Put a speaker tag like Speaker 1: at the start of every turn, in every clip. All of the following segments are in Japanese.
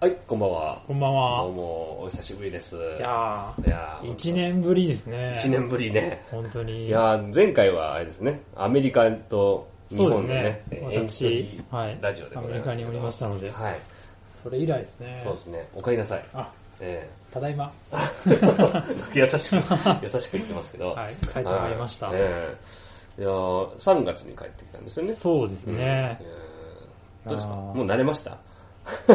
Speaker 1: はい、こんばんは。
Speaker 2: こんばん
Speaker 1: どう
Speaker 2: は。
Speaker 1: も、お久しぶりです。い
Speaker 2: いや
Speaker 1: や
Speaker 2: ー、1年ぶりですね。
Speaker 1: 一年ぶりね。
Speaker 2: 本当に。
Speaker 1: いやー前回はあれですね、アメリカと日
Speaker 2: そうで
Speaker 1: 本
Speaker 2: す
Speaker 1: の
Speaker 2: ね
Speaker 1: ね、。遠距
Speaker 2: 私、は
Speaker 1: 離
Speaker 2: い。
Speaker 1: ラジオで
Speaker 2: ア
Speaker 1: ござ
Speaker 2: メ
Speaker 1: いますけど。
Speaker 2: リカにおりましたので、
Speaker 1: はい。
Speaker 2: それ以来ですね。
Speaker 1: そうですね、お帰りなさい。
Speaker 2: あ、
Speaker 1: え
Speaker 2: ただいま。
Speaker 1: え優し く、優しく言ってますけど。
Speaker 2: はい帰ってまいりました
Speaker 1: はいええいやー3月に帰ってきたんですよね。
Speaker 2: そうですね
Speaker 1: うん。ええどうですか
Speaker 2: あー
Speaker 1: もう慣れました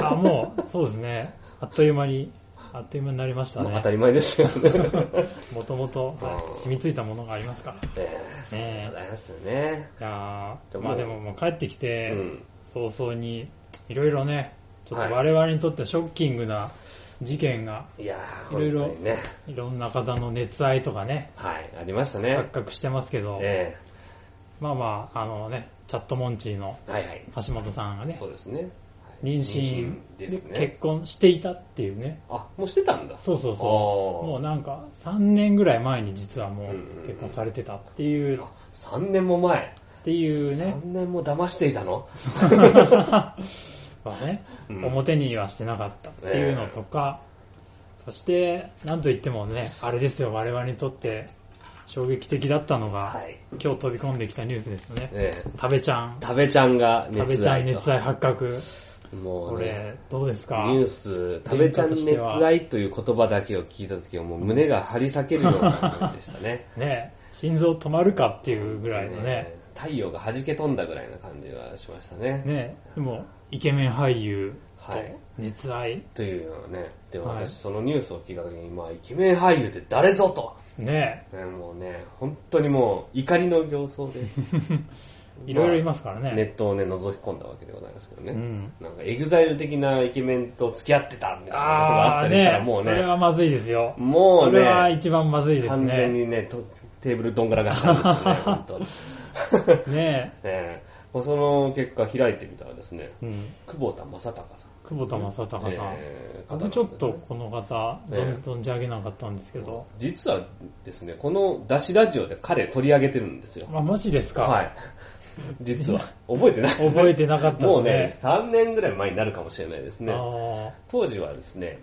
Speaker 2: あ、もう、そうですね。あっという間に、あっという間になりました
Speaker 1: もう当た
Speaker 2: ね。
Speaker 1: り前 ですよね。
Speaker 2: もともと
Speaker 1: うん
Speaker 2: 染みついたものがありますから。
Speaker 1: ええそうでございますよね。
Speaker 2: いや
Speaker 1: で
Speaker 2: ー、
Speaker 1: も
Speaker 2: まあでももう帰ってきて
Speaker 1: うん、
Speaker 2: 早々に、いろいろね、ちょっ
Speaker 1: は
Speaker 2: と我々にとってショッキングな事件が、
Speaker 1: いやー、
Speaker 2: いろいろ
Speaker 1: 本当にね。
Speaker 2: いろんな方の熱愛とかね、
Speaker 1: はい、ありました
Speaker 2: 発
Speaker 1: ね。
Speaker 2: 覚してますけど、
Speaker 1: え
Speaker 2: まあまあ、あのね、チャットモンチーの
Speaker 1: えはいはい。
Speaker 2: 橋本さんがね、
Speaker 1: そうですね。はい
Speaker 2: 妊娠
Speaker 1: 妊娠です
Speaker 2: で結
Speaker 1: ね。
Speaker 2: 婚していたっていうね、
Speaker 1: あ、もうしてたんだ。
Speaker 2: そうそうそう、
Speaker 1: あー
Speaker 2: もうなんか3年ぐらい前に実はも
Speaker 1: うんうんう
Speaker 2: うん結婚されてたっていう、っ
Speaker 1: あ3年も前。
Speaker 2: ていうね
Speaker 1: 3、年も騙していたの
Speaker 2: まあね
Speaker 1: うん
Speaker 2: 表にはしてなかったっていうのとか、そして、なんといってもね、あれですよ、我々にとって衝撃的だったのが、
Speaker 1: はい。
Speaker 2: 今日飛び込んできたニュースですよね。
Speaker 1: ええ
Speaker 2: 食べちゃん。
Speaker 1: 食べちゃんが熱
Speaker 2: 食
Speaker 1: 愛と。
Speaker 2: べちゃん熱愛発覚。
Speaker 1: も
Speaker 2: こ
Speaker 1: うね、
Speaker 2: れ、どうですか
Speaker 1: ニュース、食べちゃん熱愛という言葉だけを聞いたときは、もう胸が張り裂けるような感じでした ね。
Speaker 2: ね心臓止まるかっていうぐらいのね。
Speaker 1: え太陽が弾け飛んだぐらいな感じがしましたね。
Speaker 2: ねでも、イケメン俳優と
Speaker 1: はい
Speaker 2: 熱愛。
Speaker 1: というのはね、でも
Speaker 2: はい
Speaker 1: 私そのニュースを聞いたときに、まあ、イケメン俳優って誰ぞと。
Speaker 2: ね
Speaker 1: ねもうね、本当にもう怒りの形相 で、
Speaker 2: いろいろいますからね。
Speaker 1: ネットをね、覗き込んだわけでございますけどね。
Speaker 2: うん
Speaker 1: なんか、エグザイル的なイケメンと付き合ってたみたいなことがあ
Speaker 2: あ
Speaker 1: った
Speaker 2: ー
Speaker 1: りしたら、
Speaker 2: ね
Speaker 1: もう
Speaker 2: それ
Speaker 1: ね、
Speaker 2: はまずいですよ。
Speaker 1: もう
Speaker 2: それは
Speaker 1: ね、
Speaker 2: 一番まずいです
Speaker 1: 完全
Speaker 2: ね。
Speaker 1: にね、とテーブルどんがらがしたんですよね、本 当ね
Speaker 2: ね
Speaker 1: えもうその結果開いてみたらですね、
Speaker 2: うん。
Speaker 1: 久保田正隆さん。
Speaker 2: 久保田正孝さん。
Speaker 1: えー
Speaker 2: 僕ちょっとこの方、
Speaker 1: ええ
Speaker 2: 存じ上げなかったんですけど。
Speaker 1: 実はですね、この出しラジオで彼取り上げてるんですよ。
Speaker 2: まあ、マジですか。
Speaker 1: はい。実は。覚えてない。
Speaker 2: 覚えてなかったですね
Speaker 1: もうね、3年ぐらい前になるかもしれないですね。
Speaker 2: あ
Speaker 1: 当時はですね、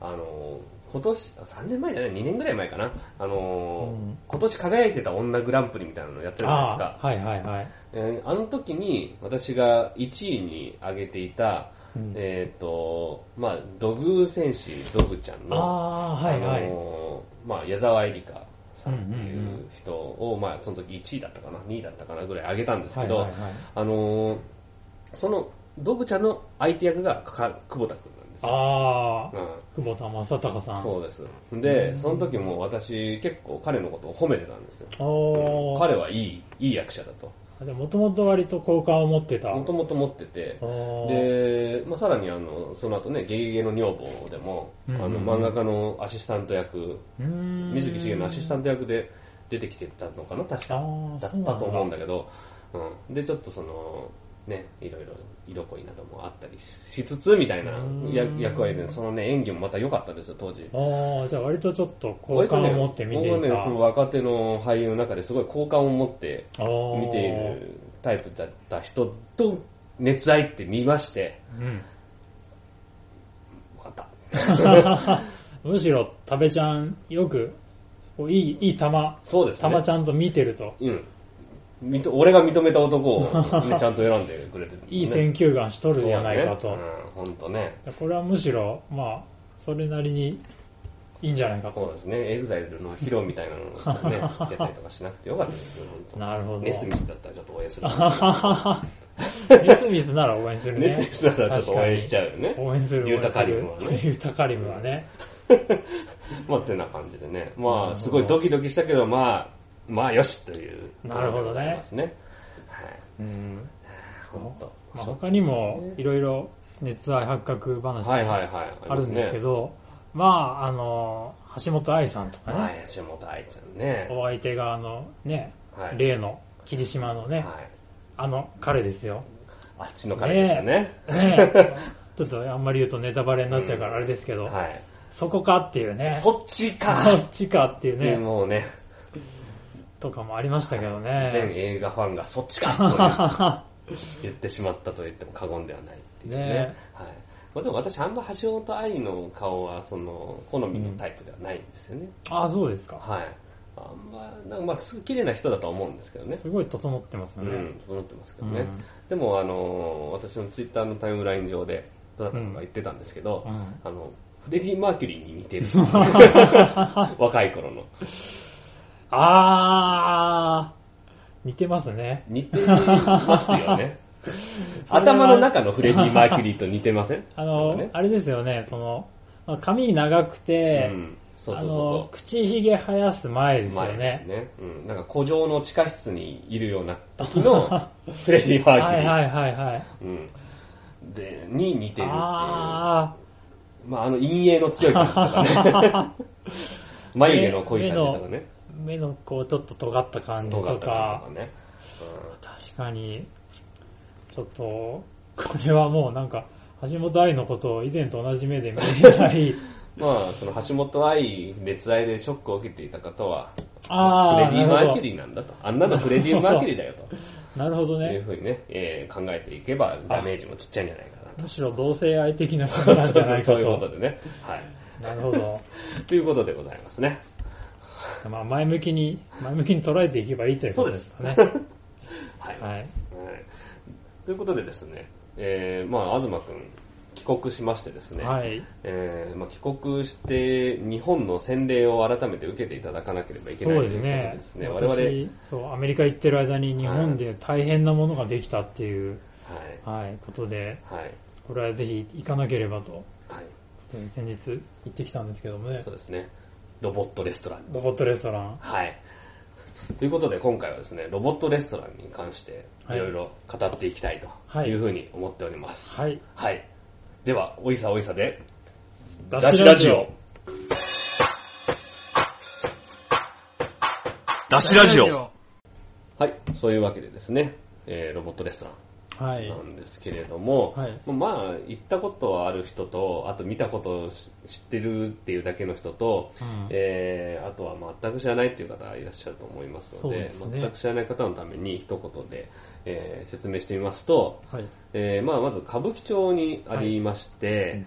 Speaker 1: あの、今年、あ3年前じゃない、2年ぐらい前かな。あの、
Speaker 2: うん
Speaker 1: 今年輝いてた女グランプリみたいなのやって
Speaker 2: ー
Speaker 1: るじゃないです
Speaker 2: あ
Speaker 1: か。
Speaker 2: ー、はいはいはい。
Speaker 1: えーあの時に私が1位に挙げていた、
Speaker 2: うん
Speaker 1: えっ、と、まあ、土偶戦士ドグちゃんの、
Speaker 2: ああー、はいはい。
Speaker 1: あのーまあ、矢沢絵里香さんってい
Speaker 2: んうんう
Speaker 1: う人を、まあ、その時1位だったかな、2位だったかなぐらい上げたんですけど、
Speaker 2: はいはいはい
Speaker 1: あのーその、ドグちゃんの相手役がかか久保田君なんですよ。
Speaker 2: ああ、
Speaker 1: う
Speaker 2: 久保田正孝さ
Speaker 1: ん、
Speaker 2: ん。
Speaker 1: そうです。で、その時も私、結構彼のことを褒めてたんですよ。
Speaker 2: おー
Speaker 1: 彼はいい、いい役者だと。
Speaker 2: あでもともと割と好感を持ってた。
Speaker 1: もともと持ってて、
Speaker 2: おー
Speaker 1: で、まあ、さらにあの、その後ね、ゲゲゲの女房でも、
Speaker 2: うんうんうん
Speaker 1: あの、漫画家のアシスタント役
Speaker 2: うーん
Speaker 1: 水木しげるのアシスタント役で出てきてたのかな確か
Speaker 2: あ
Speaker 1: だ
Speaker 2: ー
Speaker 1: ったと
Speaker 2: そうなんだ
Speaker 1: 思うんだけど、うん、でちょっとそのねいろいろ色恋などもあったりしつつみたいな
Speaker 2: うん
Speaker 1: や役割でそのね演技もまた良かったんですよ当時
Speaker 2: ああ、じゃあ割とちょっと好感を持って見ていた。
Speaker 1: 僕はねその若手の俳優の中ですごい好感を持って
Speaker 2: あー
Speaker 1: 見てい。るタイプだった人と熱愛って見まして
Speaker 2: うん。
Speaker 1: 分かった
Speaker 2: むしろ、食べちゃん、よく、おいい、いい玉、
Speaker 1: そうですね
Speaker 2: 玉ちゃんと見てると。
Speaker 1: うんみと俺が認めた男を、ね、ちゃんと選んでくれてる、
Speaker 2: いい選球眼しとるじゃないか
Speaker 1: そう
Speaker 2: と。
Speaker 1: ねうん、ほんとね。
Speaker 2: これはむしろ、まあ、それなりにいいんじゃないか
Speaker 1: そ
Speaker 2: と。
Speaker 1: うですね、エグザイルのヒロみたいなのを ね、つけたりとかしなくてよかったですよ、ほんと
Speaker 2: なるほど。
Speaker 1: ネス ミスだったらちょっと応援する。
Speaker 2: ネスミスなら応援するね。
Speaker 1: ネスミスならちょっと応援しちゃうよね
Speaker 2: 確。かに応援する。
Speaker 1: ユータカリムは
Speaker 2: 応援する
Speaker 1: ね。
Speaker 2: ユータカリムはね。
Speaker 1: まあ、てな感じでね。まあ、すごいドキドキしたけど、まあ、まあよしという。
Speaker 2: なるほどね
Speaker 1: ますね。はい。
Speaker 2: うん。
Speaker 1: ほんと。
Speaker 2: まあ、他にも、いろいろ熱愛発覚話
Speaker 1: はいはい
Speaker 2: が
Speaker 1: はい。
Speaker 2: あるんですけ
Speaker 1: ね。
Speaker 2: ど、まあ、あの、橋本愛さんとか
Speaker 1: は
Speaker 2: ね、
Speaker 1: い、橋本愛ちゃんね。
Speaker 2: お相手があの、ね
Speaker 1: は、い
Speaker 2: 例の霧島のね、
Speaker 1: はい。
Speaker 2: あの彼で すよ。
Speaker 1: あっちの彼ですよね。
Speaker 2: ねえちょっとあんまり言うとネタバレになっちゃうからあれですけど、
Speaker 1: はい。
Speaker 2: そこかっていうね。
Speaker 1: そっち
Speaker 2: そ
Speaker 1: か
Speaker 2: っちかっていうね、
Speaker 1: もうね。
Speaker 2: とかもありましたけどね。
Speaker 1: 全映画ファンがそっちかと言ってしまったと言っても過言ではないっていうね。
Speaker 2: ね
Speaker 1: はい、まあ、でも私あんま橋本愛の顔はその好みのタイプではないんですよね、
Speaker 2: ああ、そうですか。
Speaker 1: はいあんまなんかまあすごい綺麗な人だとは思うんですけどね
Speaker 2: すごい整ってます
Speaker 1: う
Speaker 2: よね。
Speaker 1: ん整ってますけどね、
Speaker 2: うん
Speaker 1: でもあの私のツイッターのタイムライン上でどなたかが言ってたんですけど、
Speaker 2: うん
Speaker 1: あのフレディ・マーキュリーに似 てる若い頃の
Speaker 2: あー、似てますね。
Speaker 1: 似てますよね 頭の中のフレディ・マーキュリーと似てません
Speaker 2: あの、
Speaker 1: なんかね
Speaker 2: あれですよね、その、まあ髪長くて、
Speaker 1: うん、そう
Speaker 2: あ
Speaker 1: そうそう
Speaker 2: の
Speaker 1: そう
Speaker 2: 口ひげ生やす前ですよ
Speaker 1: 前です
Speaker 2: ね。
Speaker 1: ね、うん、なんか古城の地下室にいるような時 のフレディ・マーキュリー、
Speaker 2: はいはいはいはい。
Speaker 1: うん、でに似てるっていう
Speaker 2: あ
Speaker 1: まあ、あの陰影の強い感じと かね眉毛の濃い感じとかね
Speaker 2: ー、目のこうちょっと尖った感じと
Speaker 1: 尖
Speaker 2: か、
Speaker 1: った感じとかね、
Speaker 2: 確かに、ちょっと、これはもうなんか、橋本愛のことを以前と同じ目で見 れない。
Speaker 1: うん、まあその橋本愛熱愛でショックを受けていた方は
Speaker 2: あ
Speaker 1: フレ
Speaker 2: ー、
Speaker 1: ディ・マ
Speaker 2: なる
Speaker 1: ー
Speaker 2: ほ
Speaker 1: キュ
Speaker 2: ど
Speaker 1: リーなんだとあんなのフレディ・マーキュリーだよと。
Speaker 2: なるほど
Speaker 1: いう
Speaker 2: ね。
Speaker 1: ふうにね、えー考えていけばダメージもちっちゃいんじゃないかなと。
Speaker 2: むしろ同性愛的なことなんじゃないかと。
Speaker 1: そういうことでね。はい。
Speaker 2: なるほど。
Speaker 1: ということでございますね。
Speaker 2: まあ、前向きに、前向きに捉えていけばいいということですかね。
Speaker 1: はい。
Speaker 2: はい。
Speaker 1: はいということでですね、えー、まあ、東くん、帰国しましてですね、
Speaker 2: はい。
Speaker 1: えーまあ、帰国して日本の洗礼を改めて受けていただかなければいけない
Speaker 2: そ
Speaker 1: とい
Speaker 2: うです
Speaker 1: うこと
Speaker 2: ね。
Speaker 1: ですね。我々、はい、
Speaker 2: 私、そう、アメリカ行ってる間に日本で大変なものができたっていう、はい、ことで、
Speaker 1: はい、
Speaker 2: これはぜひ行かなければと、
Speaker 1: はい、
Speaker 2: 先日行ってきたんですけどもね
Speaker 1: そ、うですね、ロボットレストラン。
Speaker 2: ロボットレストラン。
Speaker 1: はい。ということで今回はですね、ロボットレストランに関していろいろ語っていきたいというふうに思っております。はい。
Speaker 2: はい。
Speaker 1: では、おいさおいさで、
Speaker 2: ダ
Speaker 1: ダッシュラジオ。
Speaker 3: ダッシュラジオ。
Speaker 1: はい。そういうわけでですね、えーロボットレストラン。
Speaker 2: はい
Speaker 1: な。んですけれども、
Speaker 2: はい
Speaker 1: まあ行ったことはある人とあと見たことをし知ってるっていうだけの人と、
Speaker 2: うん
Speaker 1: えーあとは全く知らないっていう方いらっしゃると思いますので
Speaker 2: そうですね
Speaker 1: 全く知らない方のために一言で、えー説明してみますと、
Speaker 2: はい。
Speaker 1: えーまあ、まず歌舞伎町にありまして、はい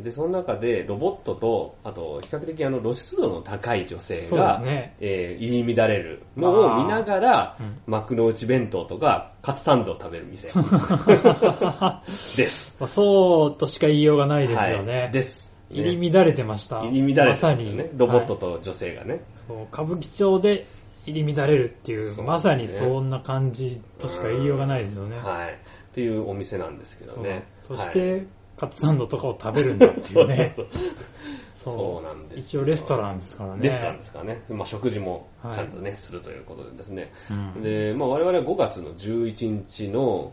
Speaker 1: でその中でロボットとあと比較的あの露出度の高い女性
Speaker 2: そうで
Speaker 1: が、
Speaker 2: すね
Speaker 1: えー入り乱れるのを見ながら、
Speaker 2: うん
Speaker 1: 幕の内弁当とかカツサンドを食べる 店です。
Speaker 2: まあそうとしか言いようがないですよ
Speaker 1: は
Speaker 2: ね
Speaker 1: い、。です。ね
Speaker 2: 入り乱れてました。
Speaker 1: 入り乱れてますよ
Speaker 2: まさ
Speaker 1: ね
Speaker 2: に。
Speaker 1: ロボット
Speaker 2: はい
Speaker 1: と女性がね。
Speaker 2: そう、歌舞伎町で入り乱れるっていう、
Speaker 1: そう
Speaker 2: まさにそんな感じとしか言いようがないですよね。
Speaker 1: はい。っていうお店なんですけど
Speaker 2: そう
Speaker 1: ね。
Speaker 2: そし
Speaker 1: はい、
Speaker 2: て、カツサンドとかを食べるんだっていうね。
Speaker 1: そうそうそうそうなんです
Speaker 2: 一応レストランですからね。
Speaker 1: レストランですからね。まあ、食事もちゃんとね、
Speaker 2: は
Speaker 1: するということでですね。
Speaker 2: うん
Speaker 1: で、まあ、我々は5月の11日の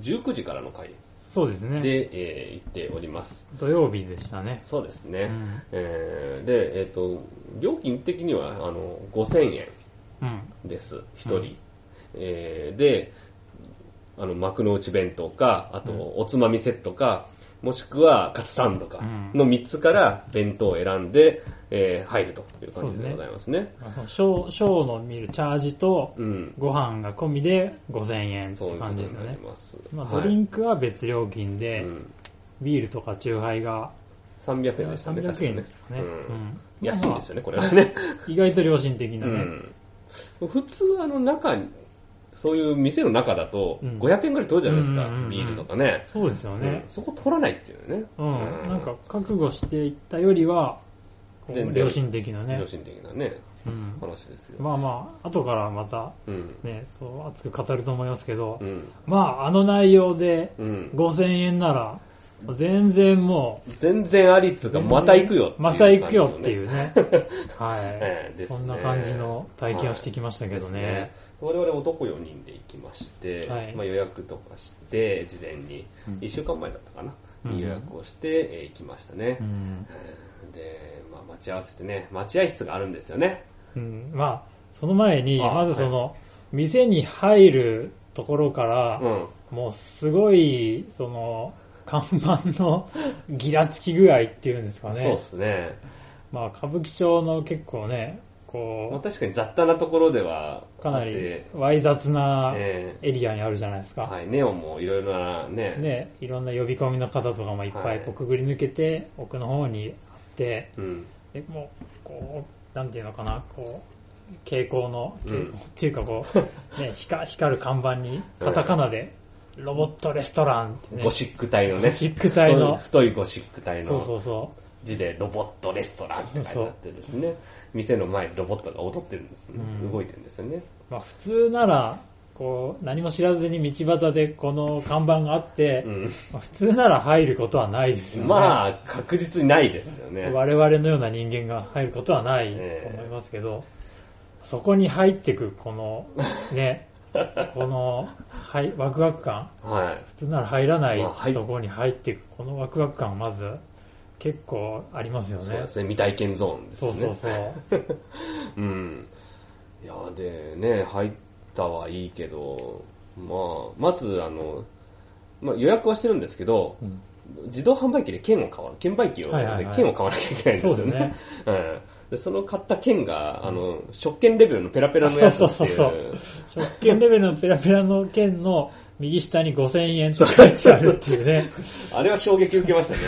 Speaker 1: 19時からの回
Speaker 2: そうですね。
Speaker 1: で、えー行っております。
Speaker 2: 土曜日でしたね。
Speaker 1: そうですね。
Speaker 2: うん
Speaker 1: えーで、えっ、と、料金的には、あの、5000円
Speaker 2: うん。
Speaker 1: です、1人。
Speaker 2: うん
Speaker 1: えーで、あの、幕の内弁当か、あと、
Speaker 2: うん
Speaker 1: おつまみセットか、もしくは、カツサンドか、
Speaker 2: うん
Speaker 1: の3つから弁当を選んで、えー入るという感じでございますね。
Speaker 2: あのショー、ショーの見るチャージと、
Speaker 1: うん。
Speaker 2: ご飯が込みで5000円っ
Speaker 1: そうい
Speaker 2: て
Speaker 1: うこ
Speaker 2: 感
Speaker 1: と
Speaker 2: じです
Speaker 1: に
Speaker 2: よ
Speaker 1: な
Speaker 2: ね
Speaker 1: り。ます。
Speaker 2: まあ、
Speaker 1: は
Speaker 2: ド
Speaker 1: い
Speaker 2: リンクは別料金で、
Speaker 1: うん
Speaker 2: ビールとかチューハイが
Speaker 1: 300円でしたね、確か
Speaker 2: 300
Speaker 1: に
Speaker 2: 円ですかね。
Speaker 1: う
Speaker 2: うんん
Speaker 1: 安いんですよね、これは ね。
Speaker 2: 意外と良心的なね。
Speaker 1: うん、普通あの中にそういう店の中だと
Speaker 2: うん
Speaker 1: 500円ぐらい取るじゃないですか、
Speaker 2: うんうんうんうん
Speaker 1: ビールとかね、
Speaker 2: そうですよね
Speaker 1: うん。そこ取らないっていうね、
Speaker 2: うん。なんか、覚悟していったよりは、こ
Speaker 1: 全
Speaker 2: う
Speaker 1: 然
Speaker 2: 良心的なね
Speaker 1: 良。心的なね
Speaker 2: うん。
Speaker 1: 話ですよ、
Speaker 2: まあまあ、後からまた、
Speaker 1: うん
Speaker 2: ね、そう、熱く語ると思いますけど、
Speaker 1: うん
Speaker 2: まあ、あの内容で、
Speaker 1: うん、
Speaker 2: 5000円なら、全然もう、
Speaker 1: 全然ありっつうかまた行くよっていう
Speaker 2: また行くよってい うね。は
Speaker 1: ええ
Speaker 2: い。
Speaker 1: ですね
Speaker 2: そんな感じの体験をしてきましたけどね。
Speaker 1: 我々男4人で行きまして、
Speaker 2: はい
Speaker 1: まあ、予約とかして事前に
Speaker 2: うん
Speaker 1: 1週間前だったかな、
Speaker 2: うん
Speaker 1: 予約をしてえー行きましたね、
Speaker 2: うん
Speaker 1: うんで、まあ、待ち合わせてね待合室があるんですよね
Speaker 2: うん。まあ、その前に、
Speaker 1: あ
Speaker 2: まずその、店に入るところから
Speaker 1: う、ん
Speaker 2: もうすごい、その、看板の ギラつき具合っていうんですかね。
Speaker 1: そうですね。
Speaker 2: まあ、歌舞伎町の結構ね、
Speaker 1: まあ
Speaker 2: こ
Speaker 1: 確かに雑多なところでは
Speaker 2: う、かな
Speaker 1: あっ
Speaker 2: り
Speaker 1: て
Speaker 2: わい雑な
Speaker 1: え
Speaker 2: エリアにあるじゃないですか。
Speaker 1: はい、ネオンもいろいろなね、
Speaker 2: ね、いろんな呼び込みの方とかもいっぱいこうくぐり抜けて、奥の方にあって、
Speaker 1: うん、
Speaker 2: でもう、こう、なんていうのかな、こう、蛍光の、
Speaker 1: うん
Speaker 2: 蛍光っていうかこ う、ね、光光る看板に、カタカナで、ロボットレストランってね、
Speaker 1: ゴシック体のね、
Speaker 2: ゴシック体の
Speaker 1: 太い太いゴシック体
Speaker 2: そうそ
Speaker 1: の
Speaker 2: うそ
Speaker 1: 字でロボットレストランって書いてあってですね、店の前にロボットが踊ってるんですよね、
Speaker 2: うん
Speaker 1: 動いてるんですよね。
Speaker 2: う。まあ普通なら、こう、何も知らずに道端でこの看板があって、
Speaker 1: うん
Speaker 2: まあ普通なら入ることはないですよね。
Speaker 1: まあ、確実にないですよね。
Speaker 2: 我々のような人間が入ることはない
Speaker 1: ええ
Speaker 2: と思いますけど、そこに入ってくこの、 ね、この、はい、ワクワク感、
Speaker 1: はい。
Speaker 2: 普通なら入らな
Speaker 1: まあはい
Speaker 2: いところに入っていく、このワクワク感はまず結構ありますよ
Speaker 1: そう
Speaker 2: ね
Speaker 1: で。すね、未体験ゾーンです
Speaker 2: そ
Speaker 1: ね。
Speaker 2: うそうそう。
Speaker 1: うん。いや、でね、入ったはいいけど、まあ、まず、あの、まあ、予約はしてるんですけど、
Speaker 2: うん
Speaker 1: 自動販売機で券を買わな、券売機を、
Speaker 2: はいはいはい
Speaker 1: で券を買わなきゃいけないんですよ
Speaker 2: そうです
Speaker 1: ね
Speaker 2: ね。
Speaker 1: うんでその買った券が、あの、食券レベルのペラペラのやつってい。
Speaker 2: そううそうそうそう食券レベルのペラペラの券の右下に5000円って書いてあるっていうね。
Speaker 1: あれは衝撃受けましたね。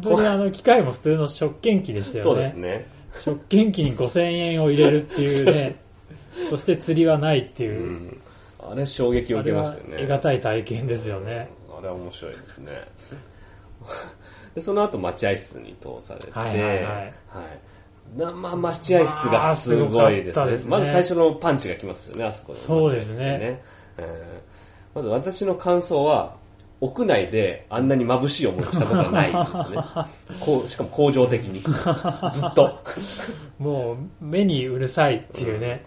Speaker 2: 本当にあの機械も普通の食券機でした
Speaker 1: そ
Speaker 2: よ
Speaker 1: うです
Speaker 2: ね。
Speaker 1: ね。
Speaker 2: 食券機に5000円を入れるっていうね。そして釣りはないって
Speaker 1: う
Speaker 2: いう。
Speaker 1: ん。あれ衝撃を
Speaker 2: あ
Speaker 1: 受
Speaker 2: れ
Speaker 1: けまし
Speaker 2: は
Speaker 1: たよね。
Speaker 2: 得難い体験ですよね。
Speaker 1: あれは面白いですね。 で、その後待合室に通されて、
Speaker 2: はいはいはい
Speaker 1: はいなまあ、待合室がすごいです
Speaker 2: まあすごかった
Speaker 1: ね。
Speaker 2: ですね
Speaker 1: まず最初のパンチが来ますよね、あそこの。
Speaker 2: そうですね
Speaker 1: 待合室でえーまず私の感想は、屋内であんなに眩しい思いをしたことはない ですね。こうしかも恒常的に。ずっと。
Speaker 2: もう目にうるさいっていうね、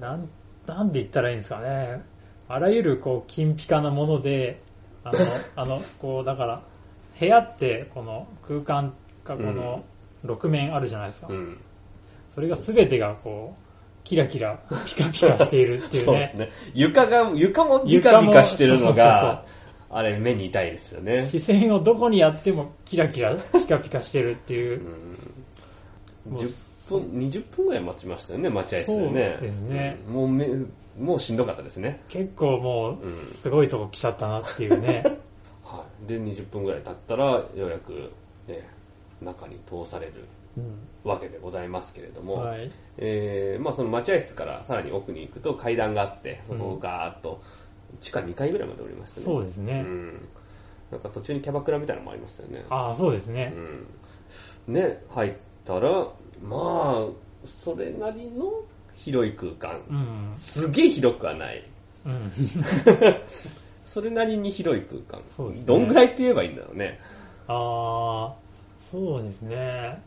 Speaker 2: なんなんで言ったらいいんですかね、あらゆるこう金ピカなもので、あ の、あのこうだから、部屋ってこの空間がこの6面あるじゃないですか、
Speaker 1: うん。
Speaker 2: それが全てがこう、キラキラ、ピカピカしているってい
Speaker 1: そううです
Speaker 2: ね、
Speaker 1: ね。床が、床もビカビカしてるの
Speaker 2: 床も
Speaker 1: が、あれ目に痛いですよね。
Speaker 2: 視線をどこにやってもキラキラ、ピカピカしてるっていうう、
Speaker 1: ん10分、20分ぐらい待ちましたよね、待合室でね。
Speaker 2: そうですね
Speaker 1: うんもうめ、もうしんどかったですね。
Speaker 2: 結構も
Speaker 1: うん
Speaker 2: う、すごいとこ来ちゃったなっていうね。
Speaker 1: はい。で、20分ぐらい経ったら、ようやく、ね、中に通される
Speaker 2: うん
Speaker 1: わけでございますけれども、
Speaker 2: はい
Speaker 1: えーまあその待合室からさらに奥に行くと階段があって、そこをガーッと、地下2階ぐらいまで降りましたね。
Speaker 2: そうですね。
Speaker 1: うん。なんか途中にキャバクラみたいなのもありましたよね。
Speaker 2: ああ、そうですね。
Speaker 1: うんね、入ったら、まあ、それなりの広い空
Speaker 2: う
Speaker 1: 間。
Speaker 2: ん。
Speaker 1: すげえ広くはない。
Speaker 2: うん。
Speaker 1: それなりに広い空間。
Speaker 2: そうですね
Speaker 1: どんぐらいって言えばいいんだろうね。
Speaker 2: ああ、そうですね。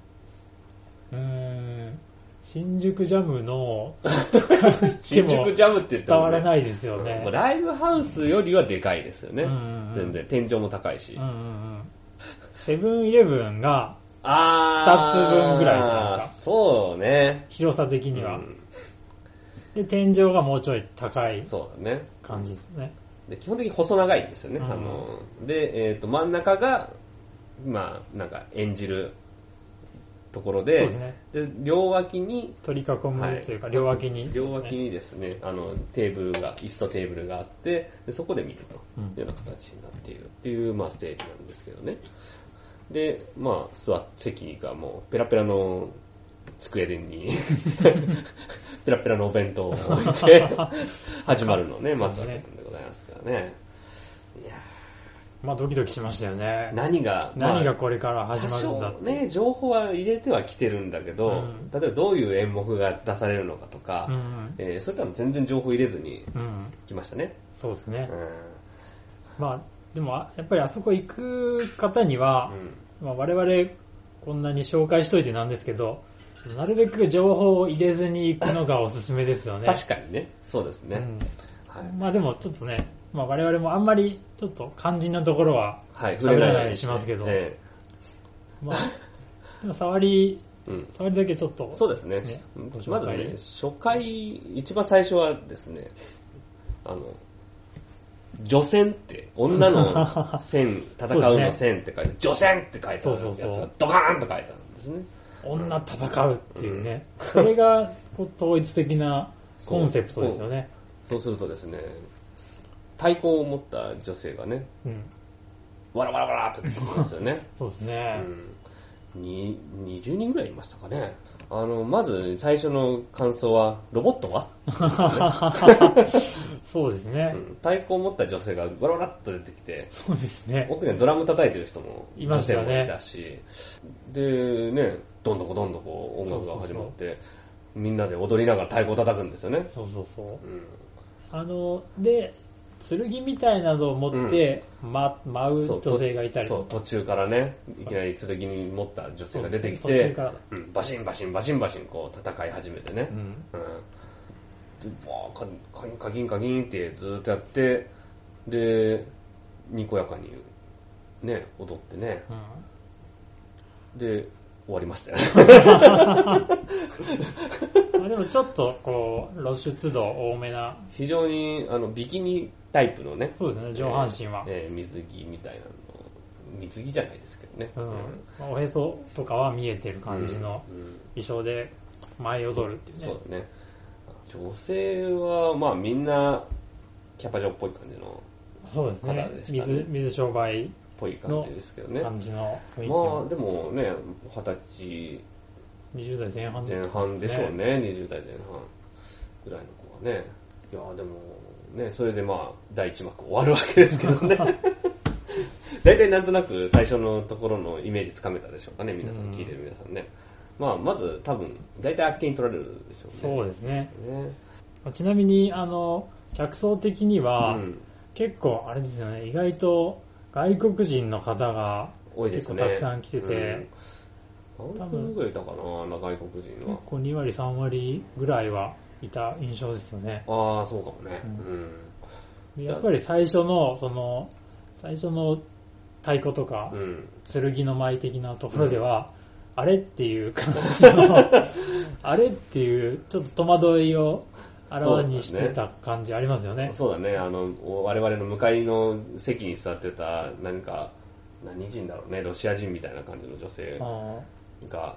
Speaker 2: うーん。新宿ジャムの、
Speaker 1: 新宿ジャムって言って
Speaker 2: 伝わら
Speaker 1: い
Speaker 2: ないですよね。
Speaker 1: ライブハウスよりはでかいですよね。
Speaker 2: うんうんうん
Speaker 1: 全然。天井も高いし。
Speaker 2: うんうんうん。セブンイレブンが
Speaker 1: あー。
Speaker 2: 二つ分ぐらいじゃないですか
Speaker 1: そうね。
Speaker 2: 広さ的には、
Speaker 1: うん
Speaker 2: で、天井がもうちょい高い
Speaker 1: そうだね。
Speaker 2: 感じですね。
Speaker 1: で基本的に細長いんですよね、
Speaker 2: うん
Speaker 1: あので、えー、と真ん中がまあなんか演じるところで
Speaker 2: そうですね。
Speaker 1: で両脇に
Speaker 2: 取り囲むというか、両脇に。
Speaker 1: 両脇
Speaker 2: に。
Speaker 1: にですねあのテーブルが椅子とテーブルがあってでそこで見ると
Speaker 2: うん
Speaker 1: いうような形になっているっていう、まあ、ステージなんですけどねでまあ座って席がもうペラペラの机 にペラペラのお弁当を置いて 始まるのをね待つわけなんでございますからねいやー
Speaker 2: まあ、ドキドキしましたよね。
Speaker 1: 何が、まあ
Speaker 2: 何がこれから始まるんだ
Speaker 1: 多
Speaker 2: っ
Speaker 1: 少
Speaker 2: て。
Speaker 1: ね、情報は入れてはきてるんだけど、
Speaker 2: うん
Speaker 1: 例えばどういう演目が出されるのかとか、
Speaker 2: うん
Speaker 1: えーそういったの全然情報入れずに
Speaker 2: うん。うん。
Speaker 1: 来ましたね。
Speaker 2: そうです
Speaker 1: う
Speaker 2: ね
Speaker 1: ん。。
Speaker 2: まあ、でも、あやっぱりあそこ行く方には、まあ、我々、こんなに紹介しといてなんですけど、なるべく情報を入れずに行くのがおすすめですよ
Speaker 1: う
Speaker 2: ね。
Speaker 1: ん確かにね、そうですね。は
Speaker 2: う
Speaker 1: い
Speaker 2: ん。まあでも、ちょっとね、まあ、我々もあんまり、ちょっと肝心なところは、
Speaker 1: はい、
Speaker 2: 喋らないようにしますけど
Speaker 1: え
Speaker 2: まあ、でも触り、
Speaker 1: えうん
Speaker 2: 触りだけちょっと、
Speaker 1: そうですね。
Speaker 2: ねご紹介
Speaker 1: まずね、初回、一番最初はですね、あの、女戦って、女 の戦、戦うの戦って書いて、女戦って書いてあるやつ
Speaker 2: そうそうそ
Speaker 1: が
Speaker 2: う
Speaker 1: ドカーンと書いてあるんですね。
Speaker 2: 女戦うっていうね、それがこう統一的なコンセプトですよね。
Speaker 1: そうするとですね、太鼓を持った女性がね、
Speaker 2: うん、
Speaker 1: わらわらわらって出てきますよね。
Speaker 2: そうですね。
Speaker 1: うん、に20人ぐらいいましたかね。あの、まず最初の感想は、ロボットが、
Speaker 2: そうですね
Speaker 1: う。ん、太鼓を持った女性がわらわらっと出てきて、
Speaker 2: そうですね。
Speaker 1: 奥にはドラム叩いてる人も、
Speaker 2: いましたね
Speaker 1: 女性もいたし、で、ね、どんどこどんどこ音楽が始まって、みんなで踊りながら太鼓を叩くんですよね。
Speaker 2: そうそうそう
Speaker 1: う。ん、
Speaker 2: あの、で、剣みたいなのを持って、ま、舞
Speaker 1: そう
Speaker 2: う女性がいたり
Speaker 1: そう
Speaker 2: と、
Speaker 1: 途
Speaker 2: か
Speaker 1: 中からね、いきなり剣に持った女性が出てき
Speaker 2: そう途中
Speaker 1: て
Speaker 2: から、
Speaker 1: うん、バシンバシンバシンバシンこう戦い始めてね
Speaker 2: う、ん。
Speaker 1: うん。で、わーカカギンカギンカギンってずーっとやって、で、にこやかに、ね、踊ってね、
Speaker 2: うん
Speaker 1: で、終わりましたよ ね。
Speaker 2: まあでもちょっとこう露出度多めな
Speaker 1: 非常に、あの、ビキニタイプのね、
Speaker 2: そうですね上半身は、
Speaker 1: えー水着みたいなの、水着じゃないですけどね。
Speaker 2: うんまあおへそとかは見えてる感じの
Speaker 1: うんうん
Speaker 2: 衣装で舞い踊るっていうね
Speaker 1: そうだね。女性は、まあみんな、キャバ嬢っぽい感じの、
Speaker 2: そうですね
Speaker 1: 方でしたね
Speaker 2: 水水商売
Speaker 1: ぽい感じですけどね。ま
Speaker 2: 感じの雰囲気
Speaker 1: あ
Speaker 2: の
Speaker 1: でもね、二十
Speaker 2: 20代前半
Speaker 1: 歳前半でしょうね、20代前半ぐらいの子はね。いやでも、ね、それでまあ、第一幕終わるわけですけ どね。大体なんとなく最初のところのイメージつかめたでしょうかね、皆さん、聞いてる皆さんね。まあ、まず多分、大体あっけに取られるでしょうね。
Speaker 2: そうですね
Speaker 1: すね。
Speaker 2: ちなみにあの客層的には、
Speaker 1: うん
Speaker 2: 結構あれですよね意外と外国人の方が
Speaker 1: 多いですね。
Speaker 2: 結構たくさん来てて
Speaker 1: うん、何分ぐらいいたかな、外国人
Speaker 2: 結
Speaker 1: は。
Speaker 2: 構2割3割ぐらいはいた印象ですよね
Speaker 1: ああ、そうかもね。
Speaker 2: う
Speaker 1: うん。
Speaker 2: やっぱり最初の、その、最初の太鼓とか
Speaker 1: う、ん。
Speaker 2: 剣の舞的なところでは、あれっていう感じ の、あれっていう、ちょっと戸惑いをあらわにしてた感じありますよね。
Speaker 1: そうだね、あの、我々の向かいの席に座ってた、何か、何人だろうね、ロシア人みたいな感じの女性
Speaker 2: あ
Speaker 1: が、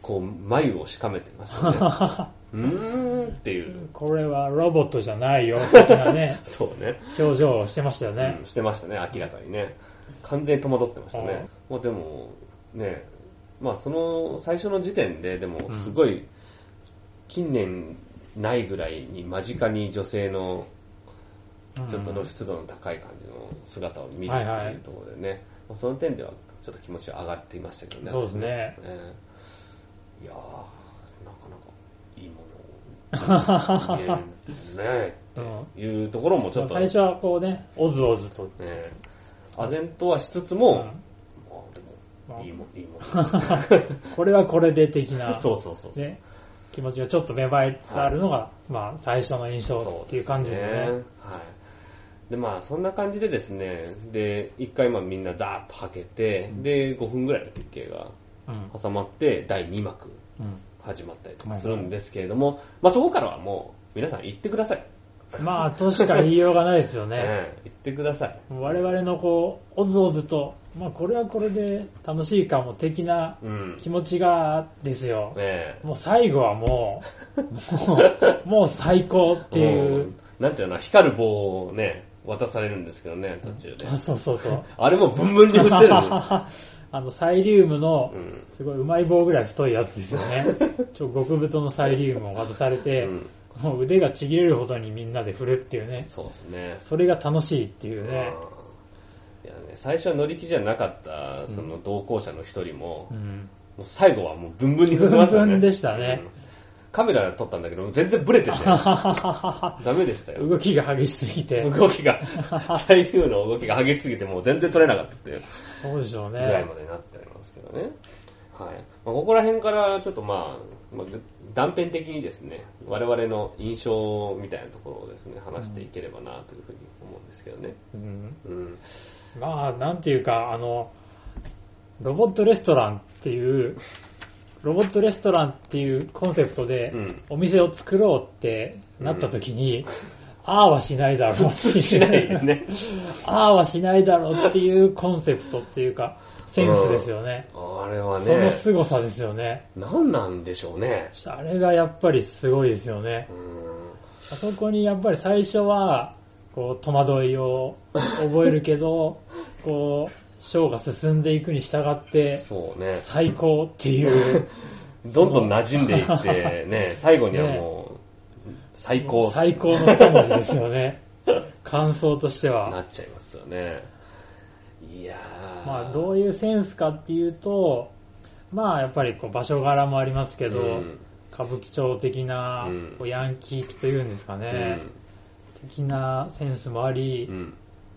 Speaker 1: こう、眉をしかめてま したね。うーんってい
Speaker 2: ー
Speaker 1: う、、
Speaker 2: これはロボットじゃないよ、的な ね
Speaker 1: そうね。
Speaker 2: 表情をしてましたよね
Speaker 1: うん、。してましたね、明らかにね。完全に戸惑ってましたね。まあでも、ね、まあその最初の時点で、でも
Speaker 2: うん
Speaker 1: すごい、近年ないぐらいに間近に女性の
Speaker 2: うん
Speaker 1: ちょっと露出度の高い感じの姿を見るっ
Speaker 2: はいは
Speaker 1: て
Speaker 2: い
Speaker 1: いうところでね、まあその点ではちょっと気持ちは上がっていましたけどね。
Speaker 2: そうですね。
Speaker 1: ええいやー、なかなかいいものを見れるね
Speaker 2: うん
Speaker 1: っていうところもちょっと。
Speaker 2: 最初はこうね、おずおずと。
Speaker 1: ねえ、唖然とはしつつ
Speaker 2: う
Speaker 1: も、
Speaker 2: ん
Speaker 1: まあで
Speaker 2: ま
Speaker 1: も、
Speaker 2: あ
Speaker 1: いいもん、いいもん。
Speaker 2: これはこれで 的な。
Speaker 1: そうそうそう。
Speaker 2: ね、気持ちがちょっと芽生えつつあるのが、まあ、最初の印象っていう感じですね。
Speaker 1: そうはい。で、まあ、そんな感じでですね、で、一回、まあ、みんなザーッとはけて、で、5分ぐらいの休憩が
Speaker 2: うん
Speaker 1: 挟まって、第2幕
Speaker 2: う
Speaker 1: 始まったりとかするんですけれども、まあ、そこからはもう、皆さん行ってください。
Speaker 2: ん、まあ、としか言いようがないですよね。
Speaker 1: ええ行ってください。
Speaker 2: 我々のこう、おずおずと、まあ、これはこれで楽しいかも的な
Speaker 1: うん。
Speaker 2: 気持ちがですよ。
Speaker 1: ええ
Speaker 2: もう最後はもう、も う、もう最高っていうう。
Speaker 1: んなんていうの、光る棒をね、渡されるんですけどね、途中で。
Speaker 2: あ そうそうそう。
Speaker 1: あれもブンブンに振ってる。
Speaker 2: あの、サイリウムの
Speaker 1: うん、
Speaker 2: すごいうまい棒ぐらい太いやつですよ ね。ちょ極太のサイリウムを渡されて、
Speaker 1: うん
Speaker 2: もう腕がちぎれるほどにみんなで振るっていうね。
Speaker 1: そうですね。
Speaker 2: それが楽しいっていうね。
Speaker 1: うんいやね、最初は乗り気じゃなかった、その同行者の一人も、
Speaker 2: う
Speaker 1: も
Speaker 2: ん。
Speaker 1: う最後はもうブンブンに振ってましたね。
Speaker 2: ブンブンでしたね
Speaker 1: うんカメラ撮ったんだけど、全然ブレ てて、ダメでしたよ。
Speaker 2: 動きが激しすぎて。
Speaker 1: 動きが、左右の動きが激しすぎて、もう全然撮れなかったっていう
Speaker 2: そうでしょう
Speaker 1: ぐらい
Speaker 2: ね
Speaker 1: ま。でなっておりますけどね。はい。まあ、ここら辺から、ちょっとまあ、まあ断片的にですね、我々の印象みたいなところをですね、話していければなというふうに思うんですけどね。
Speaker 2: うん、
Speaker 1: うん。
Speaker 2: まあ、なんていうか、あの、ロボットレストランっていう、ロボットレストランっていうコンセプトで
Speaker 1: うん
Speaker 2: お店を作ろうってなった時に、ああはしないだろうっていう。
Speaker 1: しないよね。
Speaker 2: ああはしないだろうっていうコンセプトっていうか、センスですよね。
Speaker 1: あれは
Speaker 2: その
Speaker 1: ね、
Speaker 2: 凄さですよね。
Speaker 1: 何なんでしょうね。
Speaker 2: あれがやっぱりすごいですよね
Speaker 1: う。ん
Speaker 2: あそこにやっぱり最初は、こう、戸惑いを覚えるけど、こう、ショーが進んでいくに従って、
Speaker 1: そうね。
Speaker 2: 最高っていう、
Speaker 1: どんどん馴染んでい って、ね、最後にはもう、最高
Speaker 2: 最高の一文字ですよね。感想としては。
Speaker 1: なっちゃいますよね。いやー。
Speaker 2: まあ、どういうセンスかっていうと、まあ、やっぱりこう場所柄もありますけど、
Speaker 1: うん
Speaker 2: 歌舞伎町的な、
Speaker 1: うん
Speaker 2: こうヤンキー気というんですか
Speaker 1: う
Speaker 2: ね、
Speaker 1: ん
Speaker 2: 的なセンスもあり、
Speaker 1: うん。